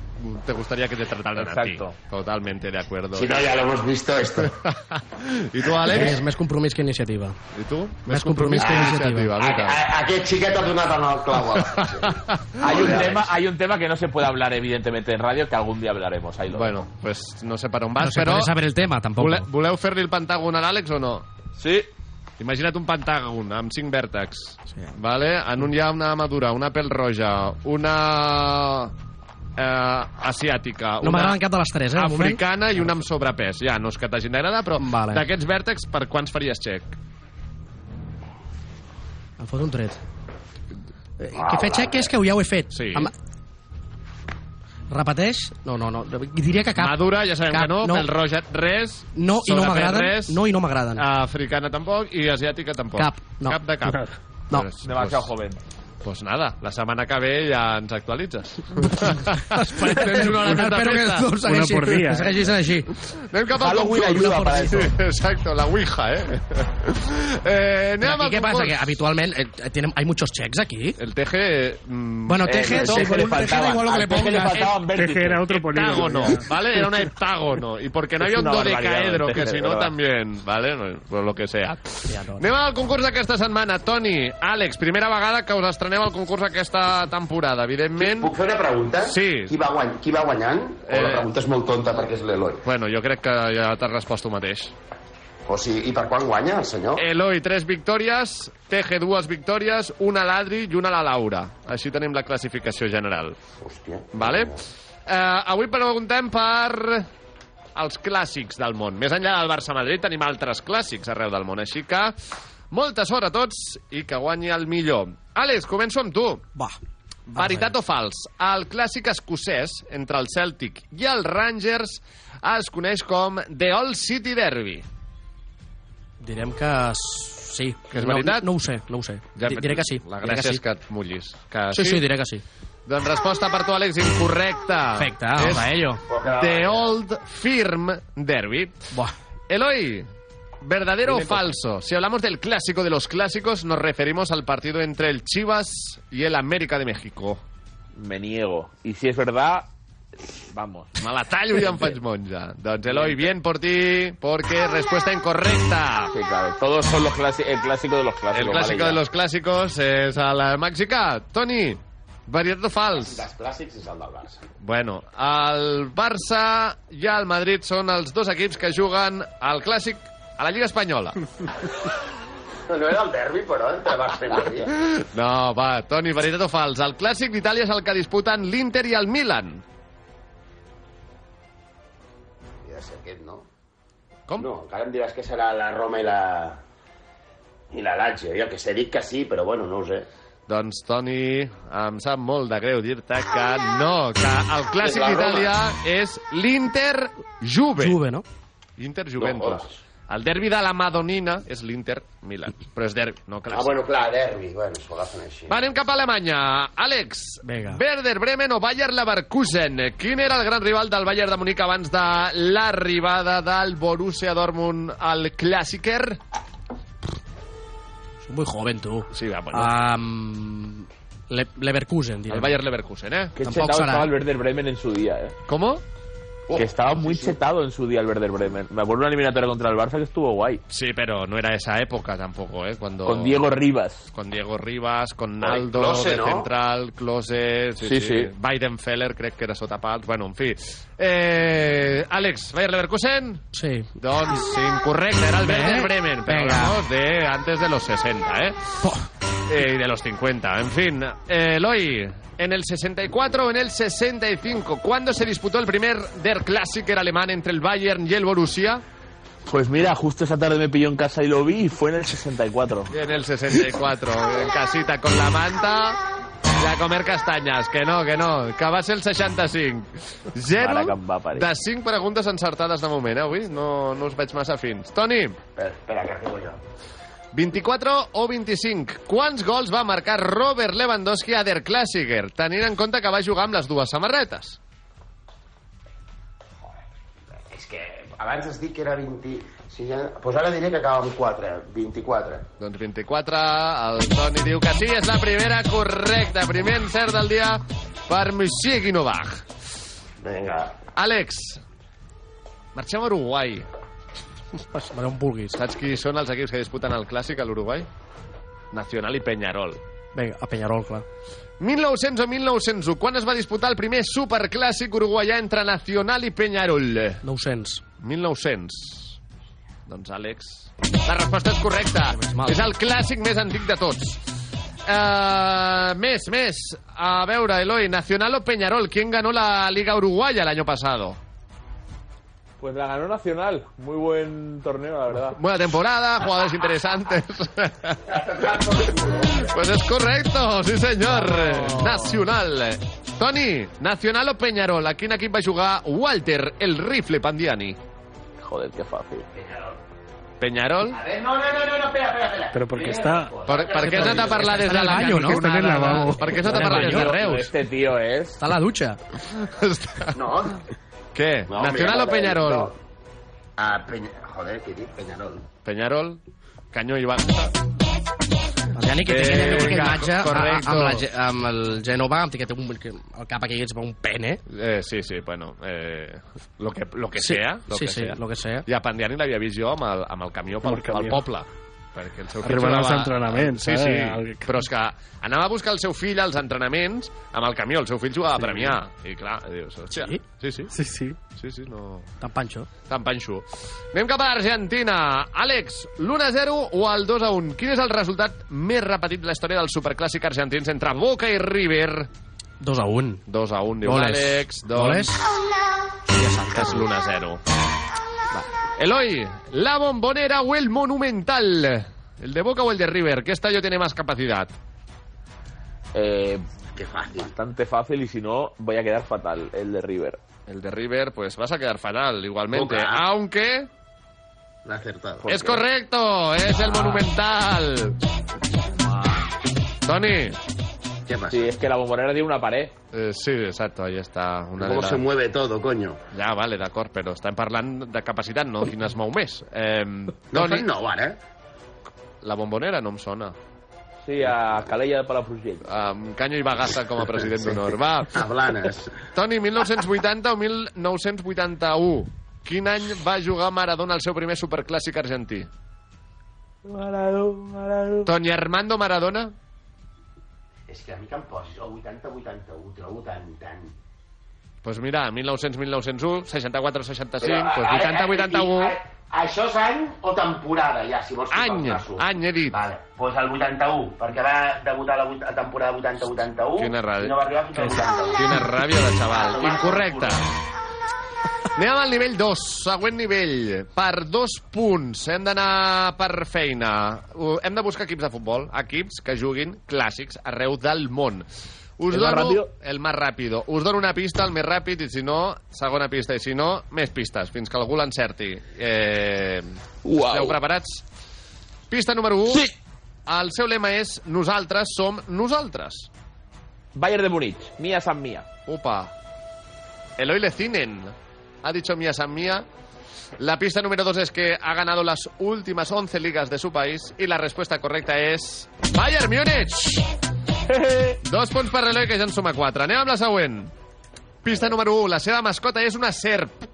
[SPEAKER 5] te gustaría que te trataran a
[SPEAKER 7] Exacto.
[SPEAKER 5] ti. Totalmente de acuerdo.
[SPEAKER 9] Si no, ya lo hemos visto esto.
[SPEAKER 5] ¿Y tú,
[SPEAKER 8] És
[SPEAKER 5] Alex?
[SPEAKER 8] més compromís que iniciativa.
[SPEAKER 5] ¿Y tú?
[SPEAKER 8] Més
[SPEAKER 7] Ah,
[SPEAKER 8] compromís que iniciativa.
[SPEAKER 9] A, a, aquest xiquet ha donat en el clau.
[SPEAKER 7] Hay un,
[SPEAKER 9] Hola,
[SPEAKER 7] tema, hay un tema que no se puede hablar, evidentemente, en radio, que algún día hablaremos. Ahí lo
[SPEAKER 5] Bueno, pues no sé para on vas,
[SPEAKER 8] No se
[SPEAKER 5] però...
[SPEAKER 8] puede saber el tema, tampoc.
[SPEAKER 5] Vole, voleu fer-li el pentàgon a l'Àlex o no?
[SPEAKER 7] Sí.
[SPEAKER 5] Imagina't un pentàgon amb cinc vèrtexs. Sí. Vale? En un hi ha una madura, una pèl roja, una eh, asiàtica,
[SPEAKER 8] No
[SPEAKER 5] una
[SPEAKER 8] m'agraden cap de les tres, eh, de moment.
[SPEAKER 5] africana i una amb sobrepès. Ja, no és que t'hagin d'agradar, però
[SPEAKER 8] Vale.
[SPEAKER 5] d'aquests vèrtexs, per quants faries xec?
[SPEAKER 8] Em fot un tret. Eh,
[SPEAKER 9] Ah,
[SPEAKER 8] que fer xec és que ja ho he fet.
[SPEAKER 5] Sí.
[SPEAKER 8] Amb... Repeteix? No, no, no. Diria que cap.
[SPEAKER 5] Madura, ja sabem
[SPEAKER 8] Cap,
[SPEAKER 5] que no,
[SPEAKER 8] no.
[SPEAKER 5] pèl roja, res.
[SPEAKER 8] No, i no
[SPEAKER 5] sobrepès,
[SPEAKER 8] m'agraden.
[SPEAKER 5] res.
[SPEAKER 8] No, i no m'agraden.
[SPEAKER 5] Africana tampoc i asiàtica tampoc.
[SPEAKER 8] Ah, Cap, no.
[SPEAKER 5] Cap de cap.
[SPEAKER 8] No.
[SPEAKER 5] Pues,
[SPEAKER 7] Demasiado
[SPEAKER 5] pues,
[SPEAKER 7] joven.
[SPEAKER 5] pues Doncs nada, la setmana que ve ja ens actualitzes. Tens una hora més de
[SPEAKER 8] Espero que
[SPEAKER 5] festa.
[SPEAKER 8] no segueixi,
[SPEAKER 11] por dia,
[SPEAKER 8] que
[SPEAKER 11] eh?
[SPEAKER 8] segueixin així.
[SPEAKER 5] Anem cap al
[SPEAKER 7] Halloween
[SPEAKER 5] concurs.
[SPEAKER 7] ayuda para eso.
[SPEAKER 5] Exacto, la ouija, eh? eh
[SPEAKER 8] Aquí
[SPEAKER 5] anem al
[SPEAKER 8] què passa?
[SPEAKER 5] concurs.
[SPEAKER 8] Que habitualment eh, tienen- hay muchos cheques aquí.
[SPEAKER 5] El teje... mm,
[SPEAKER 8] Bueno,
[SPEAKER 7] Eh,
[SPEAKER 8] teje,
[SPEAKER 7] al
[SPEAKER 8] todo,
[SPEAKER 7] Teje le
[SPEAKER 8] un teje da
[SPEAKER 7] faltaban,
[SPEAKER 8] igual lo que le
[SPEAKER 7] al Teje le
[SPEAKER 8] pongas. eh.
[SPEAKER 7] faltaban vértices.
[SPEAKER 11] Teje era otro polígono.
[SPEAKER 5] hectágono,
[SPEAKER 11] ya.
[SPEAKER 5] ¿vale? Era un hectágono. Y porque no
[SPEAKER 7] Es
[SPEAKER 5] había un
[SPEAKER 7] una barbaridad,
[SPEAKER 5] dodecaedro,
[SPEAKER 7] el
[SPEAKER 5] que
[SPEAKER 7] teje,
[SPEAKER 5] si
[SPEAKER 7] de
[SPEAKER 5] no
[SPEAKER 7] verdad.
[SPEAKER 5] también, ¿vale? No, Pues lo que sea.
[SPEAKER 8] Ja, no.
[SPEAKER 5] Anem al concurs d'aquesta setmana, Toni, Àlex, primera vegada que us estrenem al concurs aquesta temporada, evidentment.
[SPEAKER 9] Puc fer una pregunta?
[SPEAKER 5] Sí.
[SPEAKER 9] Qui va, guany, qui va guanyant? O
[SPEAKER 5] Eh.
[SPEAKER 9] la pregunta és molt tonta perquè és l'Eloi.
[SPEAKER 5] Bueno, jo crec que ja t'has respost tu mateix.
[SPEAKER 9] O sigui, i per quan guanya el senyor?
[SPEAKER 5] Eloi, tres victòries, TG, dues victòries, una a l'Adri i una a la Laura. Així tenim la classificació general.
[SPEAKER 9] Hòstia.
[SPEAKER 5] Vale? Eh, avui preguntem per els clàssics del món. Més enllà del Barça-Madrid tenim altres clàssics arreu del món, així que molta sort a tots i que guanyi el millor. Àlex, començo amb tu.
[SPEAKER 8] Va.
[SPEAKER 5] Veritat o fals? El clàssic escocès entre el Celtic i els Rangers es coneix com The All City Derby.
[SPEAKER 8] Direm que s- sí.
[SPEAKER 5] Que és
[SPEAKER 8] no,
[SPEAKER 5] veritat?
[SPEAKER 8] No ho sé, no ho sé. Ja, diré que sí.
[SPEAKER 5] La
[SPEAKER 8] diré
[SPEAKER 5] gràcia
[SPEAKER 8] que
[SPEAKER 5] és que et mullis. Que
[SPEAKER 8] Sí, sí, diré que sí.
[SPEAKER 5] Doncs resposta per tu, Àlex, incorrecta.
[SPEAKER 8] Perfecte,
[SPEAKER 5] És
[SPEAKER 8] home, eh, ello.
[SPEAKER 5] The Old Firm Derby.
[SPEAKER 8] Buah.
[SPEAKER 5] Eloy, ¿verdadero o falso? Si hablamos del clásico de los clásicos, nos referimos al partido entre el Chivas y el América de México.
[SPEAKER 7] Me niego. Y si es verdad, vamos.
[SPEAKER 5] Me la tallo i em faig monja. Doncs, Eloi, bien por ti, porque respuesta incorrecta.
[SPEAKER 7] Sí, claro. Todos son los clási- el clásico de los clásicos.
[SPEAKER 5] El
[SPEAKER 7] vale,
[SPEAKER 5] clásico
[SPEAKER 7] ya.
[SPEAKER 5] de los clásicos es a la Mexicà. Toni, ¿verdadero o falso?
[SPEAKER 7] Ah,
[SPEAKER 9] Dels clàssics és el del Barça.
[SPEAKER 5] Bueno, el Barça i el Madrid són els dos equips que juguen al clàssic a la Lliga Espanyola.
[SPEAKER 9] No, no era el derbi, però, entre Barça i Madrid.
[SPEAKER 5] No, va, Toni, veritat o fals? El clàssic d'Itàlia és el que disputen l'Inter i el Milan.
[SPEAKER 9] I de ser aquest, no?
[SPEAKER 5] Com?
[SPEAKER 9] No, encara em diràs que serà la Roma i la... i la Lazio. Jo que sé, dic que sí, però bueno, no ho sé.
[SPEAKER 5] Doncs, Toni, em sap molt de greu dir-te que no, que el clàssic
[SPEAKER 7] La Roma.
[SPEAKER 5] d'Itàlia és l'Inter Juve.
[SPEAKER 8] Juve, no?
[SPEAKER 5] Inter Juventus. El derbi de la Madonina és l'Inter Milan, però és derbi, no clàssic.
[SPEAKER 9] Ah, bueno, clar, derbi. Bueno, s'ho agafen així.
[SPEAKER 5] Va, anem cap a Alemanya. Àlex,
[SPEAKER 8] Vinga.
[SPEAKER 5] Werder Bremen o Bayer Leverkusen? Quin era el gran rival del Bayern de Múnich abans de l'arribada del Borussia Dortmund al Clàssiker?
[SPEAKER 8] Soy muy joven, tú.
[SPEAKER 5] Sí, va, bueno.
[SPEAKER 8] Am, Le- Leverkusen, diré.
[SPEAKER 5] El Bayer Leverkusen, eh?
[SPEAKER 7] Que
[SPEAKER 8] Tampoc
[SPEAKER 7] chetado
[SPEAKER 8] serà.
[SPEAKER 7] estaba el Werder Bremen en su día, eh.
[SPEAKER 5] ¿Cómo?
[SPEAKER 7] Que estaba muy chetado en su día el Werder Bremen. Me acuerdo de una eliminatoria contra el Barça que estuvo guay.
[SPEAKER 5] Sí, pero no era esa época tampoco, ¿eh? Cuando...
[SPEAKER 7] Con Diego Rivas.
[SPEAKER 5] Con Diego Rivas, con
[SPEAKER 7] Ai,
[SPEAKER 5] Naldo,
[SPEAKER 7] Klose,
[SPEAKER 5] de
[SPEAKER 7] no?
[SPEAKER 5] central, Klose... Sí, sí.
[SPEAKER 7] Sí, sí.
[SPEAKER 5] Weidenfeller, crec que era sota pals. Bueno, en fi. Eh, Àlex, Bayer Leverkusen?
[SPEAKER 8] Sí.
[SPEAKER 5] Doncs incorrecte, era el Werder Bremen, pero
[SPEAKER 8] Venga.
[SPEAKER 5] hablamos de antes de los 60, ¿eh? Eh, Y de los 50, en fin. Eh, Eloy, en el 64 o en el 65, ¿cuándo se disputó el primer Der Klassiker alemán entre el Bayern y el Borussia?
[SPEAKER 7] Pues mira, justo esa tarde me pilló en casa y lo vi y fue en el 64.
[SPEAKER 5] En el 64, en casita con la manta i a comer castanyes. Que no, que no, que va ser el 65.
[SPEAKER 7] Mare que
[SPEAKER 5] Zero
[SPEAKER 7] em va parir.
[SPEAKER 5] de 5 preguntes encertades de moment, eh, avui. No, no us veig massa fins. Toni,
[SPEAKER 9] Espera, espera, que arribo jo.
[SPEAKER 5] 24 o 25. Quants gols va marcar Robert Lewandowski a Der Klassiker, tenint en compte que va jugar amb les dues samarretes?
[SPEAKER 9] És que abans has dit que era 20... Si ja... pues ara diré que acaba amb 4, 24.
[SPEAKER 5] Doncs 24, el Toni diu que sí, és la primera correcta. Primer encert del dia per Monsieur Guinovach.
[SPEAKER 9] Vinga.
[SPEAKER 5] Àlex, marxem a Uruguai.
[SPEAKER 8] Vale, un vulguis.
[SPEAKER 5] Saps qui són els equips que disputen el Clàssic a l'Uruguai? Nacional i Peñarol.
[SPEAKER 8] Venga, a Peñarol, claro.
[SPEAKER 5] 1900 o 1901, quan es va disputar el primer superclàssic uruguaià entre Nacional i Peñarol?
[SPEAKER 8] 900.
[SPEAKER 5] 1900. Doncs, Àlex, la resposta és correcta. És el clàssic més antic de tots. Uh, més, més. A veure, Eloi, Nacional o Peñarol, ¿quién ganó la Liga Uruguaya el año pasado?
[SPEAKER 7] Pues la ganó Nacional. Muy buen torneo, la verdad.
[SPEAKER 5] Buena temporada, jugadores interesantes. pues es correcto, sí señor. Nacional. Toni, Nacional o Peñarol, aquí en aquí va a jugar Walter, el rifle Pandiani.
[SPEAKER 7] Joder, qué fácil.
[SPEAKER 5] Peñarol.
[SPEAKER 9] A ver, no, no, no, no, no espera, espera, espera.
[SPEAKER 11] Però perquè està...
[SPEAKER 5] Per, per què has anat a parlar des de la
[SPEAKER 8] Està en el baño, no?
[SPEAKER 11] Està en el lavabo.
[SPEAKER 5] Per què has anat a parlar des de
[SPEAKER 7] Pero
[SPEAKER 5] Reus?
[SPEAKER 7] Este tío es...
[SPEAKER 8] Está en la ducha.
[SPEAKER 9] No,
[SPEAKER 5] Què?
[SPEAKER 9] no
[SPEAKER 5] Nacional o Peñarol?
[SPEAKER 9] Ah, Penya... Joder, què dic? Peñarol.
[SPEAKER 5] Peñarol, Canyó i Barça.
[SPEAKER 8] Ja ni que té aquella mítica
[SPEAKER 5] Vinga,
[SPEAKER 8] imatge a-
[SPEAKER 5] correcto.
[SPEAKER 8] amb, la, Ge- amb el Genova, amb que té un, que el cap aquell que es veu un pene.
[SPEAKER 5] Eh, sí, sí, bueno, eh, lo que, lo que sea. Lo
[SPEAKER 8] sí,
[SPEAKER 5] que
[SPEAKER 8] sí,
[SPEAKER 5] sea.
[SPEAKER 8] lo que sea.
[SPEAKER 5] I a Pandiani l'havia vist jo amb el, amb el camió pel,
[SPEAKER 11] Amb el camió.
[SPEAKER 5] pel poble. Perquè el seu fill
[SPEAKER 11] Arribant als
[SPEAKER 5] jugava-
[SPEAKER 11] entrenaments,
[SPEAKER 5] Sí,
[SPEAKER 11] eh?
[SPEAKER 5] sí.
[SPEAKER 11] El-
[SPEAKER 5] Però és que anava a buscar el seu fill als entrenaments amb el camió. El seu fill jugava sí. a Premià. I clar, dius, hòstia.
[SPEAKER 8] Sí?
[SPEAKER 5] Sí, sí.
[SPEAKER 11] Sí, sí.
[SPEAKER 5] Sí, sí, no...
[SPEAKER 8] Tan panxo.
[SPEAKER 5] Tan panxo. Anem cap a Argentina. Àlex, l'1-0 o el 2-1? Quin és el resultat més repetit de la història del superclàssic argentins entre Boca i River?
[SPEAKER 8] 2 a 1.
[SPEAKER 5] 2-1, diu
[SPEAKER 8] Goles.
[SPEAKER 5] Àlex. Doncs...
[SPEAKER 8] Goles?
[SPEAKER 5] Que és l'1-0. Eloy, la bombonera o el monumental. ¿El de Boca o el de River? ¿Qué estadio tiene más capacidad?
[SPEAKER 7] Eh,
[SPEAKER 9] Que fàcil.
[SPEAKER 7] bastante fácil y si no, voy a quedar fatal. El de River.
[SPEAKER 5] El de River, pues vas a quedar fatal igualmente.
[SPEAKER 9] Boca.
[SPEAKER 5] Aunque
[SPEAKER 9] L'ha acertat.
[SPEAKER 5] es correcto, es el monumental. Tony.
[SPEAKER 9] Què passa?
[SPEAKER 7] Sí, es que la bombonera tiene una pared.
[SPEAKER 5] Eh, sí, exacto, ahí está. Una de
[SPEAKER 9] ¿Cómo
[SPEAKER 5] la-
[SPEAKER 9] se mueve todo, coño?
[SPEAKER 5] Ja, vale, d'acord, però estem parlant de capacitat, no quines mou més. Eh,
[SPEAKER 9] No,
[SPEAKER 5] Toni,
[SPEAKER 9] fan nou, ara, eh?
[SPEAKER 5] la bombonera no em sona.
[SPEAKER 7] Sí, a Calella para Frugell.
[SPEAKER 5] Amb Canyo i Bagassa com a president d'honor. Va,
[SPEAKER 9] A Blanes.
[SPEAKER 5] Toni, 1980 o 1981? Quin any va jugar Maradona al seu primer superclàssic argentí? Toni Armando Maradona?
[SPEAKER 9] És que a mi que em posis el 80-81, trobo tan, tan...
[SPEAKER 5] Doncs pues mira, 1900-1901,
[SPEAKER 9] Però,
[SPEAKER 5] 64-65, doncs
[SPEAKER 9] ara, ara, i,
[SPEAKER 5] 80-81...
[SPEAKER 9] a- Això és any o temporada, ja, si vols tocar
[SPEAKER 5] Any,
[SPEAKER 9] el traço.
[SPEAKER 5] any he dit.
[SPEAKER 9] Vale, doncs pues el 81, perquè va debutar la, vuit- la temporada 80-81 Uh,
[SPEAKER 5] Quina ràbia.
[SPEAKER 9] i no va arribar fins al 81.
[SPEAKER 5] Quina ràbia de xaval. Incorrecte. Anem al nivell 2, següent nivell. Per dos punts hem d'anar per feina. Ho- Hem de buscar equips de futbol, equips que juguin clàssics arreu del món. Us
[SPEAKER 7] El
[SPEAKER 5] dono
[SPEAKER 7] más rápido.
[SPEAKER 5] el més ràpid. Us dono una pista, el més ràpid, i si no, segona pista, i si no, més pistes, fins que algú l'encerti. Eh, Esteu preparats? Pista número 1. Sí. El seu lema és Nosaltres som nosaltres.
[SPEAKER 7] Bayern de Múnich, Mia San Mia.
[SPEAKER 5] Upa. Eloy Lecinen ha dicho Mia San Mia. La pista número 2 es que ha ganado las últimas 11 ligas de su país y la respuesta correcta es... Bayern Múnich! Dos punts per Eloy, que ja en suma 4. Anem amb la següent. Pista número 1. La seva mascota és una serp.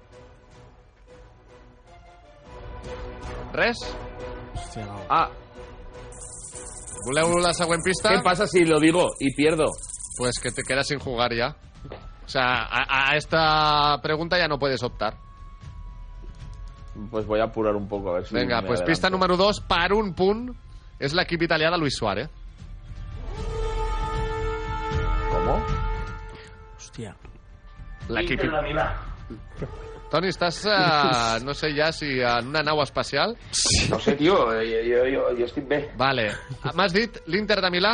[SPEAKER 5] Res?
[SPEAKER 8] Hòstia, no.
[SPEAKER 5] Ah. Voleu la següent pista?
[SPEAKER 7] ¿Qué pasa si lo digo y pierdo?
[SPEAKER 5] Pues que te quedas sin jugar ya. O sea, a, a esta pregunta ya no puedes optar.
[SPEAKER 7] Pues voy a apurar un poco a ver si.
[SPEAKER 5] Venga,
[SPEAKER 7] me
[SPEAKER 5] pues
[SPEAKER 7] adelanto.
[SPEAKER 5] pista número 2 per un punt. És l'equip italià de Luis Suárez.
[SPEAKER 7] ¿Cómo?
[SPEAKER 8] Hòstia.
[SPEAKER 5] L'equip... Toni, estàs, eh, no sé ja si en una nau espacial.
[SPEAKER 9] No sé, tio, jo, jo, jo, jo estic bé.
[SPEAKER 5] Vale. M'has dit l'Inter de Milà?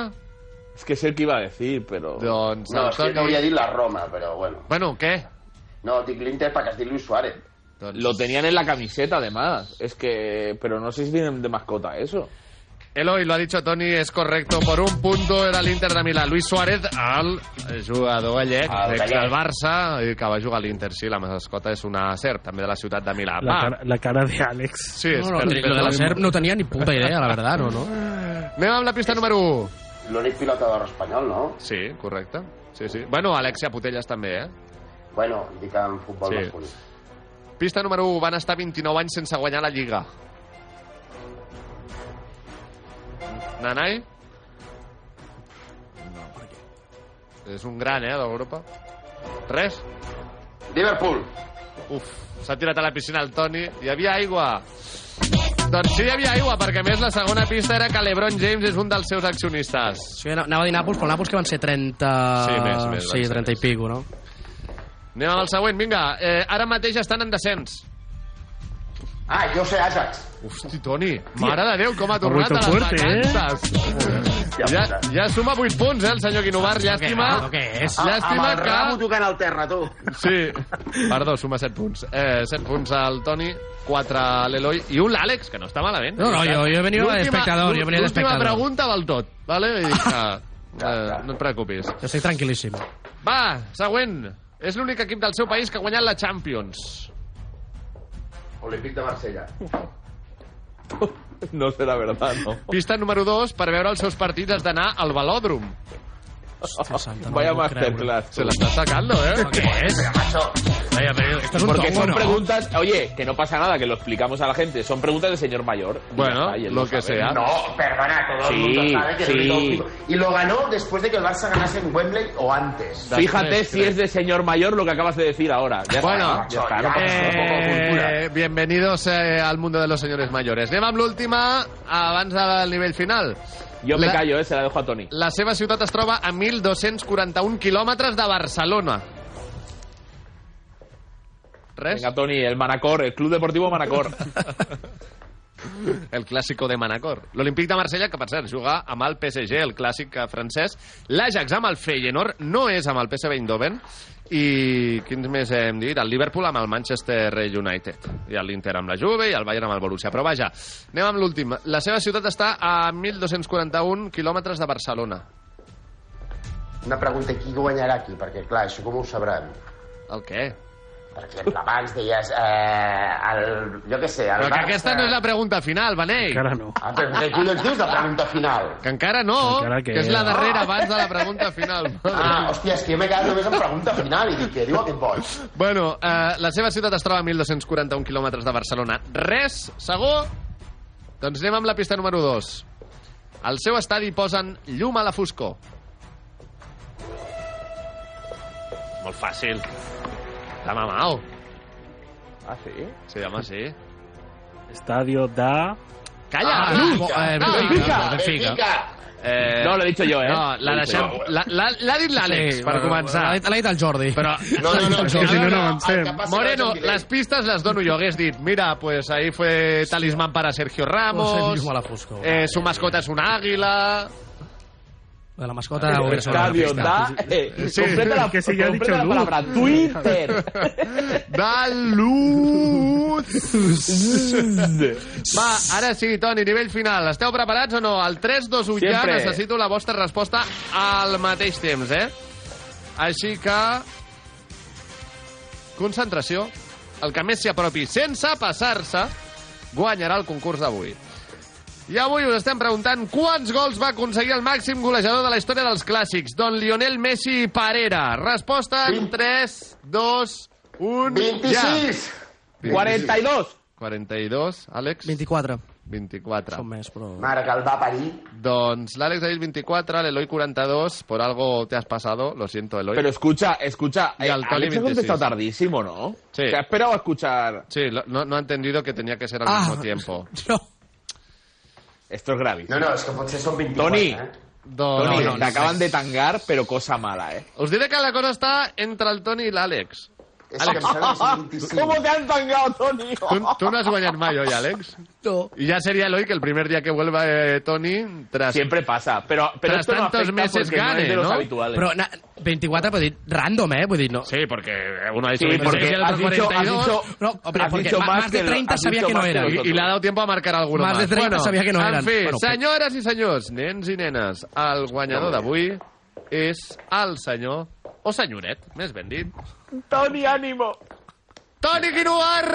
[SPEAKER 7] Es que sé el que iba a decir, pero.
[SPEAKER 5] Doncs,
[SPEAKER 9] No, és que
[SPEAKER 5] Antoni-
[SPEAKER 9] hauria dit la Roma, però bueno.
[SPEAKER 5] Bueno, què?
[SPEAKER 9] No, dic l'Inter perquè es diu Luis Suárez.
[SPEAKER 7] Lo tenían en la camiseta, además. Es que. Pero no sé si tienen de mascota eso.
[SPEAKER 5] Eloy, lo ha dicho Toni, es correcto. Por un punto era l'Inter de Milà. Luis Suárez, el jugador gallec,
[SPEAKER 9] El
[SPEAKER 5] ex
[SPEAKER 9] gallec.
[SPEAKER 5] del Barça, i que va jugar a l'Inter. Sí, la mascota és una serp, també de la ciutat de Milà.
[SPEAKER 11] La, cara, la cara de Alex.
[SPEAKER 5] Sí, és
[SPEAKER 8] No, no,
[SPEAKER 5] que-
[SPEAKER 8] lo de la SERP no tenia ni puta idea, la verdad, no, no?
[SPEAKER 5] Anem amb la pista número 1.
[SPEAKER 9] L'únic pilotador espanyol, no?
[SPEAKER 5] Sí, correcte. Sí, sí. Bueno, Alexia Putelles també, eh?
[SPEAKER 9] Bueno, dic en futbol
[SPEAKER 5] Sí.
[SPEAKER 9] sí. masculí.
[SPEAKER 5] Pista número 1. Van estar 29 anys sense guanyar la Lliga. Nanai? No, per què? És un gran, eh, d'Europa. Res?
[SPEAKER 9] Liverpool.
[SPEAKER 5] Uf, s'ha tirat a la piscina el Toni. Hi havia aigua. Doncs sí, hi havia aigua, perquè a més la segona pista era que l'Ebron James és un dels seus accionistes.
[SPEAKER 8] Sí, anava a dir Nàpols, però Nàpols que van ser 30...
[SPEAKER 5] Sí, més, més, van
[SPEAKER 8] Sí,
[SPEAKER 5] ser
[SPEAKER 8] 30 i pico, no?
[SPEAKER 5] Anem amb el següent, vinga. Eh, ara mateix estan en descens.
[SPEAKER 9] Ah, jo sé Ajax.
[SPEAKER 5] Hosti, Toni, mare de Déu, com ha tornat
[SPEAKER 11] vuelto
[SPEAKER 5] a les
[SPEAKER 11] fuerte, eh?
[SPEAKER 5] vacances. Ja, ja suma 8 punts, eh, el senyor Guinovar. Llàstima, Ah,
[SPEAKER 8] Què, què és?
[SPEAKER 9] Amb
[SPEAKER 5] llàstima
[SPEAKER 9] el
[SPEAKER 5] que...
[SPEAKER 9] ramo tocant al terra, tu.
[SPEAKER 5] Sí. Perdó, suma 7 punts. Eh, 7 punts al Toni, 4 a l'Eloi i un l'Àlex, que no està malament. eh,
[SPEAKER 8] No, no, jo- jo he venido de
[SPEAKER 5] L'última-
[SPEAKER 8] espectador, jo he venido de espectador.
[SPEAKER 5] L'última pregunta val tot, vale? I, ah, eh, no et preocupis.
[SPEAKER 8] Jo estic tranquil·líssim.
[SPEAKER 5] Va, següent. És l'únic equip del seu país que ha guanyat la Champions.
[SPEAKER 9] Olímpic de Marsella.
[SPEAKER 7] No sé la verdad, no.
[SPEAKER 5] Pista número 2, per veure els seus partits has d'anar al Velòdrom.
[SPEAKER 8] Hòstia santa, no
[SPEAKER 7] Vaya
[SPEAKER 8] ho puc creure.
[SPEAKER 7] masterclass.
[SPEAKER 5] Se l'està sacando, eh?
[SPEAKER 8] Però Què és? Vaya, pero esto es un
[SPEAKER 7] Porque
[SPEAKER 8] tongo,
[SPEAKER 7] son
[SPEAKER 8] ¿no?
[SPEAKER 7] preguntas, oye, que no pasa nada, que lo explicamos a la gente. Son preguntas de señor mayor. Y
[SPEAKER 5] Bueno,
[SPEAKER 7] ya está, y él
[SPEAKER 5] lo
[SPEAKER 7] sabe.
[SPEAKER 5] que sea.
[SPEAKER 9] No, perdona, todo el
[SPEAKER 7] Sí,
[SPEAKER 9] mundo sabe que es el
[SPEAKER 7] sí.
[SPEAKER 9] único equipo. Y lo ganó después de que el Barça ganase en Wembley o antes.
[SPEAKER 7] Fíjate
[SPEAKER 5] Tres,
[SPEAKER 7] si
[SPEAKER 5] tres.
[SPEAKER 7] es de señor mayor lo que acabas de decir ahora. Ya está,
[SPEAKER 5] Bueno,
[SPEAKER 7] ya está, no pasa nada.
[SPEAKER 5] Eh, bienvenidos eh, al mundo de los señores mayores. Anem amb l'última abans del nivell final.
[SPEAKER 7] Yo me
[SPEAKER 5] La-
[SPEAKER 7] callo, eh, se la dejo a Tony.
[SPEAKER 5] La seva ciutat es troba a 1.241 quilòmetres de Barcelona. Res?
[SPEAKER 7] Venga, Tony, el Manacor, el Club Deportivo Manacor.
[SPEAKER 5] El clàssico de Manacor. L'Olímpic de Marsella, que per cert, juga amb el PSG, el clàssic eh, francès. L'Ajax amb el Feyenoord, no és amb el PSV Eindhoven. I quins més hem dit? El Liverpool amb el Manchester United. I l'Inter amb la Juve i el Bayern amb el Borussia. Però vaja, anem amb l'últim. La seva ciutat està a 1.241 quilòmetres de Barcelona.
[SPEAKER 9] Una pregunta, qui guanyarà aquí? Perquè, clar, això com ho sabran?
[SPEAKER 5] El què?
[SPEAKER 9] Per exemple, abans deies... Eh, el, jo què sé, el
[SPEAKER 5] Però que
[SPEAKER 9] Barça...
[SPEAKER 5] aquesta no és la pregunta final, Benei.
[SPEAKER 11] Encara no.
[SPEAKER 9] Ah, però què collons dius la pregunta final?
[SPEAKER 5] Que encara no,
[SPEAKER 11] Encara
[SPEAKER 5] que...
[SPEAKER 11] que-
[SPEAKER 5] és la darrera abans de la pregunta final.
[SPEAKER 9] Ah, hòstia, és que jo m'he quedat només en pregunta final i dic que diu aquest boig.
[SPEAKER 5] Bueno, eh, la seva ciutat es troba a 1.241 quilòmetres de Barcelona. Res, segur? Doncs anem amb la pista número 2. Al seu estadi posen llum a la foscor. Molt fàcil. La mamau.
[SPEAKER 7] ¿Ah, sí?
[SPEAKER 5] Sí, home, sí.
[SPEAKER 11] Estadio da...
[SPEAKER 5] Calla!
[SPEAKER 8] Ah, Benfica. Eh, Benfica.
[SPEAKER 9] Benfica!
[SPEAKER 5] Eh,
[SPEAKER 7] No, l'he dicho jo, eh?
[SPEAKER 5] No, la
[SPEAKER 7] L'he
[SPEAKER 5] deixem...
[SPEAKER 7] dicho jo.
[SPEAKER 5] la- la- L'ha dit l'Àlex,
[SPEAKER 8] Sí,
[SPEAKER 5] per
[SPEAKER 8] bueno,
[SPEAKER 5] començar.
[SPEAKER 8] l'ha dit- L'ha dit el Jordi.
[SPEAKER 5] Però...
[SPEAKER 8] No, no, no,
[SPEAKER 5] a
[SPEAKER 8] si no,
[SPEAKER 5] veure,
[SPEAKER 8] no avancem.
[SPEAKER 5] el que passa Moreno,
[SPEAKER 8] que no
[SPEAKER 5] las pistas las dono yo. Hagués dit, mira, pues ahí fue talismán para Sergio
[SPEAKER 8] Pues el
[SPEAKER 5] Ramos.
[SPEAKER 8] mismo la busco.
[SPEAKER 5] eh, su mascota es un águila.
[SPEAKER 8] De la mascota hauria sigut
[SPEAKER 5] Octavio,
[SPEAKER 8] una
[SPEAKER 5] da-
[SPEAKER 8] pista.
[SPEAKER 5] eh, completa la- Que si ya he completa dicho la luz. palabra Twitter. Da luz. Va, ara sí, Toni, nivell final. Esteu preparats o no? El 3-2-1 ja
[SPEAKER 7] Siempre.
[SPEAKER 5] necessito la vostra resposta al mateix temps, eh? Així que... Concentració. El que més s'hi apropi sense passar-se guanyarà el concurs d'avui. I avui us estem preguntant quants gols va aconseguir el màxim golejador de la història dels clàssics, don Lionel Messi Parera. Resposta en 3, 2, 1...
[SPEAKER 7] 26. 42.
[SPEAKER 5] 42, Àlex?
[SPEAKER 8] 24.
[SPEAKER 5] 24.
[SPEAKER 8] Són més, però...
[SPEAKER 9] Mare que el va parir.
[SPEAKER 5] Doncs l'Àlex ha dit 24, l'Eloi 42, por algo te has pasado, lo siento, Eloi.
[SPEAKER 7] Pero escucha, escucha.
[SPEAKER 5] Y
[SPEAKER 7] eh,
[SPEAKER 5] al Toli
[SPEAKER 7] Alex ha
[SPEAKER 5] 26.
[SPEAKER 7] contestado tardísimo, ¿no?
[SPEAKER 5] Sí.
[SPEAKER 7] Que ha esperado a escuchar.
[SPEAKER 5] Sí, lo- no, no ha entendido que tenía que ser al
[SPEAKER 7] Ah,
[SPEAKER 5] mismo tiempo.
[SPEAKER 7] Esto es gravísimo.
[SPEAKER 9] No, no, es que potser son 24,
[SPEAKER 7] Toni,
[SPEAKER 9] eh?
[SPEAKER 5] No,
[SPEAKER 7] Toni,
[SPEAKER 5] no, no,
[SPEAKER 7] te acaban
[SPEAKER 5] no.
[SPEAKER 7] de tangar, pero cosa mala, ¿eh?
[SPEAKER 5] Us diré que la cosa està entre el Toni i l'Àlex.
[SPEAKER 9] És
[SPEAKER 5] Àlex,
[SPEAKER 7] ¿Cómo te han tangado, Toni?
[SPEAKER 5] tu, tu no has guanyat mai, oi, Àlex?
[SPEAKER 8] No.
[SPEAKER 5] Y ya sería Eloy que el primer día que vuelva eh, Tony, tras...
[SPEAKER 7] Siempre pasa, pero, pero
[SPEAKER 5] tras
[SPEAKER 7] esto no
[SPEAKER 5] tantos
[SPEAKER 7] afecta
[SPEAKER 5] meses
[SPEAKER 7] porque no
[SPEAKER 5] gane,
[SPEAKER 7] es de
[SPEAKER 5] ¿no?
[SPEAKER 7] los habituales.
[SPEAKER 8] Però na, 24, però dit random, eh? Vull dir, no.
[SPEAKER 5] Sí, porque uno ha
[SPEAKER 7] dicho Sí, 26 porque y el otro has dicho- has 42. dicho-
[SPEAKER 8] no, hombre,
[SPEAKER 7] has
[SPEAKER 8] porque
[SPEAKER 7] dicho
[SPEAKER 8] ma-
[SPEAKER 7] más
[SPEAKER 8] más,
[SPEAKER 7] que
[SPEAKER 8] de
[SPEAKER 7] lo-
[SPEAKER 8] 30
[SPEAKER 7] has
[SPEAKER 8] sabía
[SPEAKER 7] dicho
[SPEAKER 8] que no
[SPEAKER 7] más que
[SPEAKER 8] era.
[SPEAKER 7] los
[SPEAKER 5] Y, y le ha dado tiempo a marcar alguno más.
[SPEAKER 8] Más de 30
[SPEAKER 5] bueno,
[SPEAKER 8] sabía que no
[SPEAKER 5] En
[SPEAKER 8] eran.
[SPEAKER 5] fi,
[SPEAKER 8] Bueno,
[SPEAKER 5] senyores i senyors, nens i nenes, el guanyador d'avui és el senyor, o senyoret, més ben dit,
[SPEAKER 7] Toni, ánimo.
[SPEAKER 5] Toni Guinuar!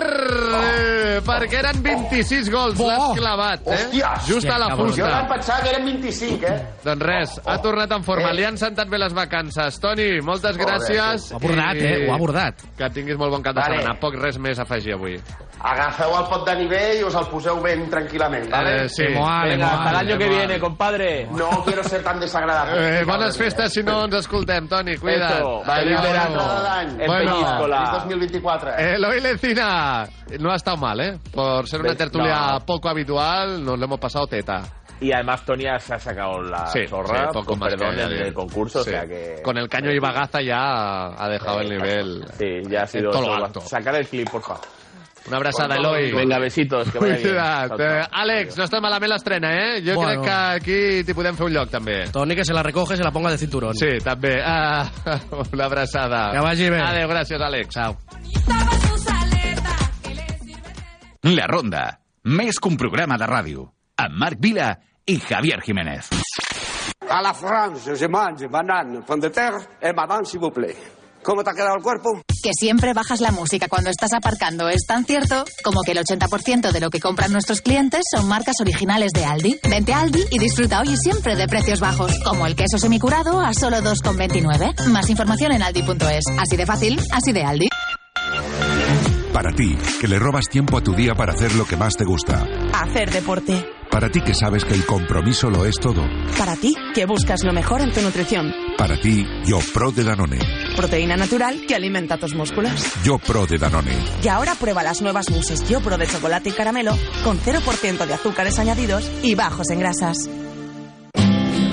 [SPEAKER 5] Eh, Perquè eren 26 gols, l'has clavat, eh?
[SPEAKER 9] Oh. Hòstia!
[SPEAKER 5] Just a la
[SPEAKER 8] Hòstia,
[SPEAKER 9] Jo
[SPEAKER 5] fusta.
[SPEAKER 9] em pensava que eren 25, eh?
[SPEAKER 5] Doncs res, ha tornat en forma,
[SPEAKER 7] Eh.
[SPEAKER 5] li han sentat bé les vacances. Toni, moltes gràcies.
[SPEAKER 8] Ho ha abordat,
[SPEAKER 5] i
[SPEAKER 8] eh? Ho ha abordat.
[SPEAKER 5] Que tinguis molt bon cap de
[SPEAKER 9] Vale.
[SPEAKER 5] setmana. Poc res més a afegir avui.
[SPEAKER 9] Agafeu el pot de nivell i us el poseu ben tranquil·lament, vale?
[SPEAKER 5] Eh, sí.
[SPEAKER 8] Moale,
[SPEAKER 7] Venga, hasta el
[SPEAKER 8] moale,
[SPEAKER 7] año que
[SPEAKER 8] moale.
[SPEAKER 7] viene, compadre.
[SPEAKER 9] No quiero ser tan desagradable.
[SPEAKER 5] Eh, bones festes, si no ens escoltem, Toni, cuida't.
[SPEAKER 7] Eso.
[SPEAKER 5] Feliç
[SPEAKER 9] Feliz
[SPEAKER 5] verano.
[SPEAKER 9] entrada d'any.
[SPEAKER 5] Bueno.
[SPEAKER 9] Feliz
[SPEAKER 7] Peñíscola.
[SPEAKER 9] 2024.
[SPEAKER 5] Eloy Lecina, no ha estado mal, ¿eh? Por ser una
[SPEAKER 7] Ve-
[SPEAKER 5] tertulia
[SPEAKER 7] no.
[SPEAKER 5] poco habitual, nos lo hemos pasado teta.
[SPEAKER 7] Y además Toni se ha sacado la
[SPEAKER 5] Sí,
[SPEAKER 7] zorra,
[SPEAKER 5] sí, poco
[SPEAKER 7] con
[SPEAKER 5] más que
[SPEAKER 7] perdón, en
[SPEAKER 5] añadir.
[SPEAKER 7] el concurso,
[SPEAKER 5] Sí.
[SPEAKER 7] o sea que...
[SPEAKER 5] Con el caño y bagaza ya ha dejado el nivel.
[SPEAKER 7] Eh, Sí, ya ha sido...
[SPEAKER 5] todo lo
[SPEAKER 7] eso.
[SPEAKER 5] alto.
[SPEAKER 7] Sacar el clip, por favor.
[SPEAKER 5] Una abrazada, Eloy.
[SPEAKER 7] Venga, besitos, que vaya bien.
[SPEAKER 5] Cuida't.
[SPEAKER 7] Chao, chao.
[SPEAKER 5] Eh, Àlex, no estàs malament l'estrena, eh? Jo
[SPEAKER 8] Bueno.
[SPEAKER 5] crec que aquí t'hi podem fer un lloc, també.
[SPEAKER 8] Toni, que se la recoge, se la ponga de cinturón.
[SPEAKER 5] Sí, també. Ah, una abraçada.
[SPEAKER 8] Que vagi bé.
[SPEAKER 5] Adéu, gràcies, Àlex.
[SPEAKER 8] Ciao.
[SPEAKER 1] La Ronda, més que un programa de ràdio, amb Marc Vila i Javier Jiménez.
[SPEAKER 12] A la France, je mange banane, pomme de terre et madame, s'il vous plaît. ¿Cómo te ha quedado el cuerpo?
[SPEAKER 13] Que siempre bajas la música cuando estás aparcando es tan cierto como que el 80% de lo que compran nuestros clientes son marcas originales de Aldi. Vente a Aldi y disfruta hoy y siempre de precios bajos, como el queso semicurado a solo 2,29. Más información en aldi.es. Así de fácil, así de Aldi.
[SPEAKER 14] Para ti, que le robas tiempo a tu día para hacer lo que más te gusta.
[SPEAKER 15] Hacer deporte.
[SPEAKER 14] Para ti que sabes que el compromiso lo es todo.
[SPEAKER 15] Para ti, que buscas lo mejor en tu nutrición.
[SPEAKER 14] Para ti, yo pro de Danone.
[SPEAKER 15] Proteína natural que alimenta tus músculos.
[SPEAKER 14] Yo pro de Danone.
[SPEAKER 15] Y ahora prueba las nuevas muses YoPro de chocolate y caramelo con 0% de azúcares añadidos y bajos en grasas.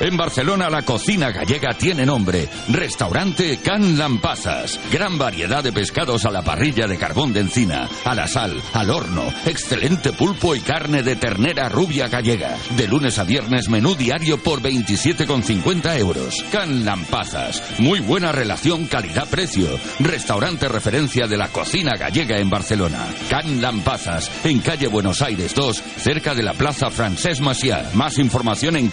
[SPEAKER 1] En Barcelona la cocina gallega tiene nombre. Restaurante Can Lampazas. Gran variedad de pescados a la parrilla de carbón de encina, a la sal, al horno, excelente pulpo y carne de ternera rubia gallega. De lunes a viernes menú diario por 27,50 euros. Can Lampazas. Muy buena relación calidad-precio. Restaurante referencia de la cocina gallega en Barcelona. Can Lampazas, en calle Buenos Aires 2, cerca de la Plaza Francés Maciá. Más información en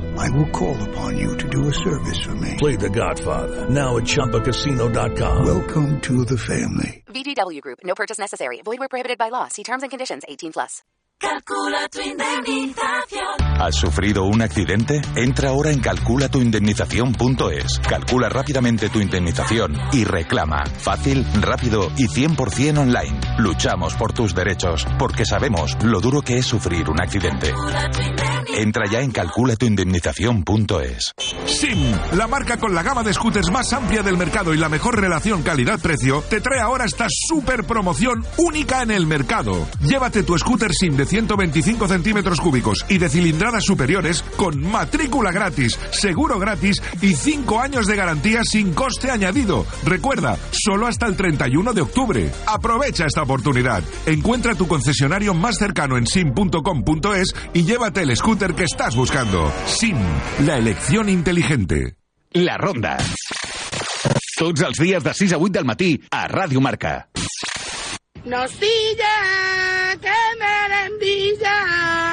[SPEAKER 4] I will call upon you to do a service for me.
[SPEAKER 16] Play the Godfather now at ChumbaCasino.com.
[SPEAKER 4] Welcome to the family.
[SPEAKER 10] VGW Group. No purchase necessary. Void where prohibited by law. See terms and conditions. 18 plus.
[SPEAKER 17] Calcula tu indemnización.
[SPEAKER 18] ¿Has sufrido un accidente? Entra ahora en calculatuindemnización.es. Calcula rápidamente tu indemnización y reclama. Fácil, rápido y 100% online. Luchamos por tus derechos porque sabemos lo duro que es sufrir un accidente. Entra ya en calculatuindemnización.es.
[SPEAKER 19] SIM, la marca con la gama de scooters más amplia del mercado y la mejor relación calidad-precio, te trae ahora esta super promoción única en el mercado. Llévate tu scooter SIM de 125 centímetros cúbicos y de cilindradas superiores con matrícula gratis, seguro gratis y 5 años de garantía sin coste añadido. Recuerda, solo hasta el 31 de octubre. Aprovecha esta oportunidad. Encuentra tu concesionario más cercano en sim.com.es y llévate el scooter que estás buscando. SIM, la elección inteligente.
[SPEAKER 20] La Ronda. Tots els dies de 6 a 8 del matí a Ràdio Marca.
[SPEAKER 21] Nostilla, que merendilla.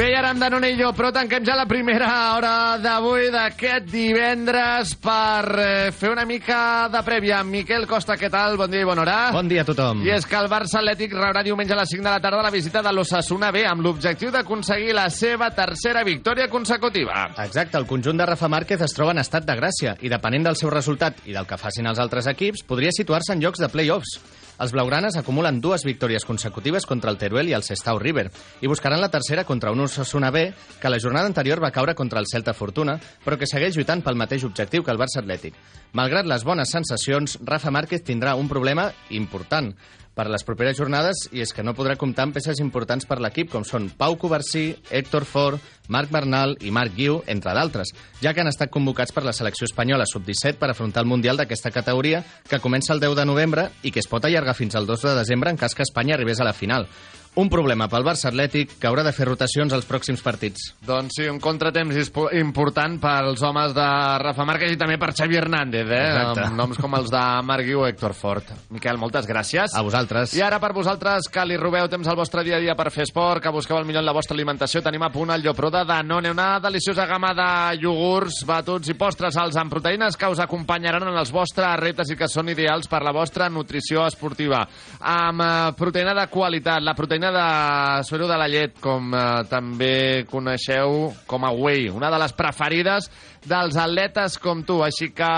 [SPEAKER 5] Bé, i ara amb Danone i jo, però tanquem ja la primera hora d'avui d'aquest divendres per eh, fer una mica de prèvia. Miquel Costa, què tal? Bon dia i bona hora.
[SPEAKER 22] Bon dia a tothom.
[SPEAKER 5] I és que el Barça Atlètic rebrà diumenge a les 5 de la tarda la visita de l'Ossassuna B amb l'objectiu d'aconseguir la seva tercera victòria consecutiva.
[SPEAKER 22] Exacte, el conjunt de Rafa Márquez es troba en estat de gràcia i depenent del seu resultat i del que facin els altres equips, podria situar-se en llocs de play-offs. Els blaugranes acumulen dues victòries consecutives contra el Teruel i el Sestao River i buscaran la tercera contra un Osasuna B que la jornada anterior va caure contra el Celta Fortuna però que segueix lluitant pel mateix objectiu que el Barça Atlètic. Malgrat les bones sensacions, Rafa Márquez tindrà un problema important per a les properes jornades i és que no podrà comptar amb peces importants per l'equip com són Pau Covarsí, Héctor Ford, Marc Bernal i Marc Guiu, entre d'altres, ja que han estat convocats per la selecció espanyola sub-17 per afrontar el Mundial d'aquesta categoria que comença el 10 de novembre i que es pot allargar fins al 2 de desembre en cas que Espanya arribés a la final. Un problema pel Barça Atlètic que haurà de fer rotacions als pròxims partits.
[SPEAKER 5] Doncs sí, un contratemps ispo- important pels homes de Rafa Márquez i també per Xavi Hernández, eh?
[SPEAKER 22] Exacte.
[SPEAKER 5] Amb noms com els de Marc Guiu o Héctor Ford. Miquel, moltes gràcies.
[SPEAKER 22] A vosaltres.
[SPEAKER 5] I ara per vosaltres, que li robeu temps al vostre dia a dia per fer esport, que busqueu el millor en la vostra alimentació, tenim a punt el llopró de Danone, una deliciosa gamma de iogurts, batuts i postres alts amb proteïnes que us acompanyaran en els vostres reptes i que són ideals per la vostra nutrició esportiva. Amb eh, proteïna de qualitat, la proteïna de suero de la llet, com eh, també coneixeu com a whey, una de les preferides dels atletes com tu. Així que,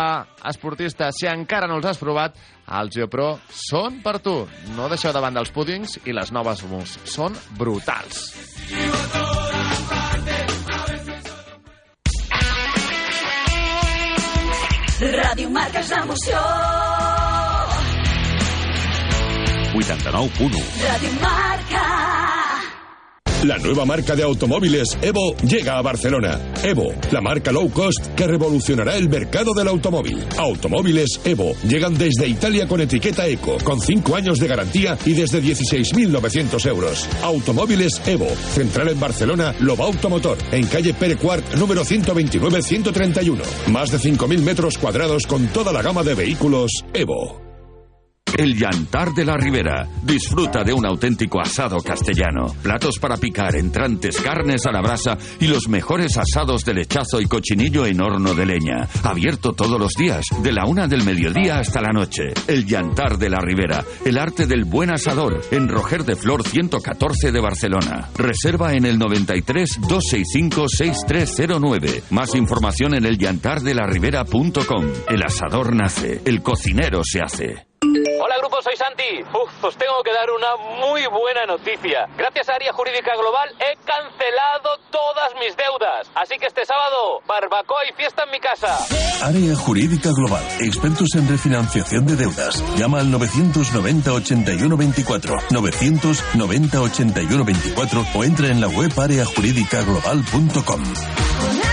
[SPEAKER 5] esportistes, si encara no els has provat, els Geopro són per tu. No deixeu davant dels púdings i les noves mus. Són brutals.
[SPEAKER 17] Ràdio Marca és l'emoció.
[SPEAKER 20] 89.1
[SPEAKER 17] Ràdio Marca.
[SPEAKER 23] La nueva marca de automóviles Evo llega a Barcelona. Evo, la marca low cost que revolucionará el mercado del automóvil. Automóviles Evo llegan desde Italia con etiqueta Eco, con 5 años de garantía y desde 16.900 euros. Automóviles Evo, central en Barcelona, Loba Automotor, en calle Pere Quart, número 129-131. Más de 5.000 metros cuadrados con toda la gama de vehículos Evo.
[SPEAKER 1] El Yantar de la Ribera. Disfruta de un auténtico asado castellano. Platos para picar, entrantes, carnes a la brasa y los mejores asados de lechazo y cochinillo en horno de leña. Abierto todos los días, de la una del mediodía hasta la noche. El Yantar de la Ribera. El arte del buen asador. En Roger de Flor 114 de Barcelona. Reserva en el 93 265 6309. Más información en el elyantardelaribera.com. El asador nace. El cocinero se hace.
[SPEAKER 24] Hola grupo, soy Santi. Uf, os tengo que dar una muy buena noticia. Gracias a Área Jurídica Global he cancelado todas mis deudas. Así que este sábado, barbacoa y fiesta en mi casa.
[SPEAKER 25] Área Jurídica Global. Expertos en refinanciación de deudas. Llama al 990-81-24. 990-81-24 o entra en la web areajuridicaglobal.com.
[SPEAKER 26] El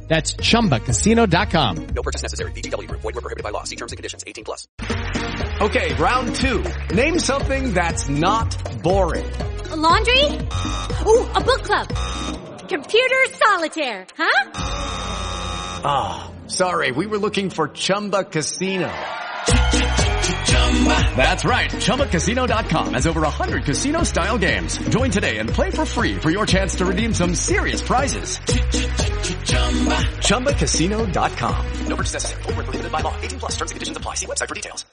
[SPEAKER 22] That's chumbacasino.com.
[SPEAKER 27] No purchase necessary. VGW Group. Void were prohibited by law. See terms and conditions. 18 plus.
[SPEAKER 22] Okay, round two. Name something that's not boring.
[SPEAKER 2] A laundry? Ooh, a book club. Computer solitaire, huh?
[SPEAKER 22] Ah, sorry, we were looking for Chumba Casino. That's right, ChumbaCasino.com has over 100 casino style games. Join today and play for free for your chance to redeem some serious prizes. ChumbaCasino.com.
[SPEAKER 27] No purchase necessary. Void were prohibited by law. 18 plus. Terms and conditions apply. See website for details.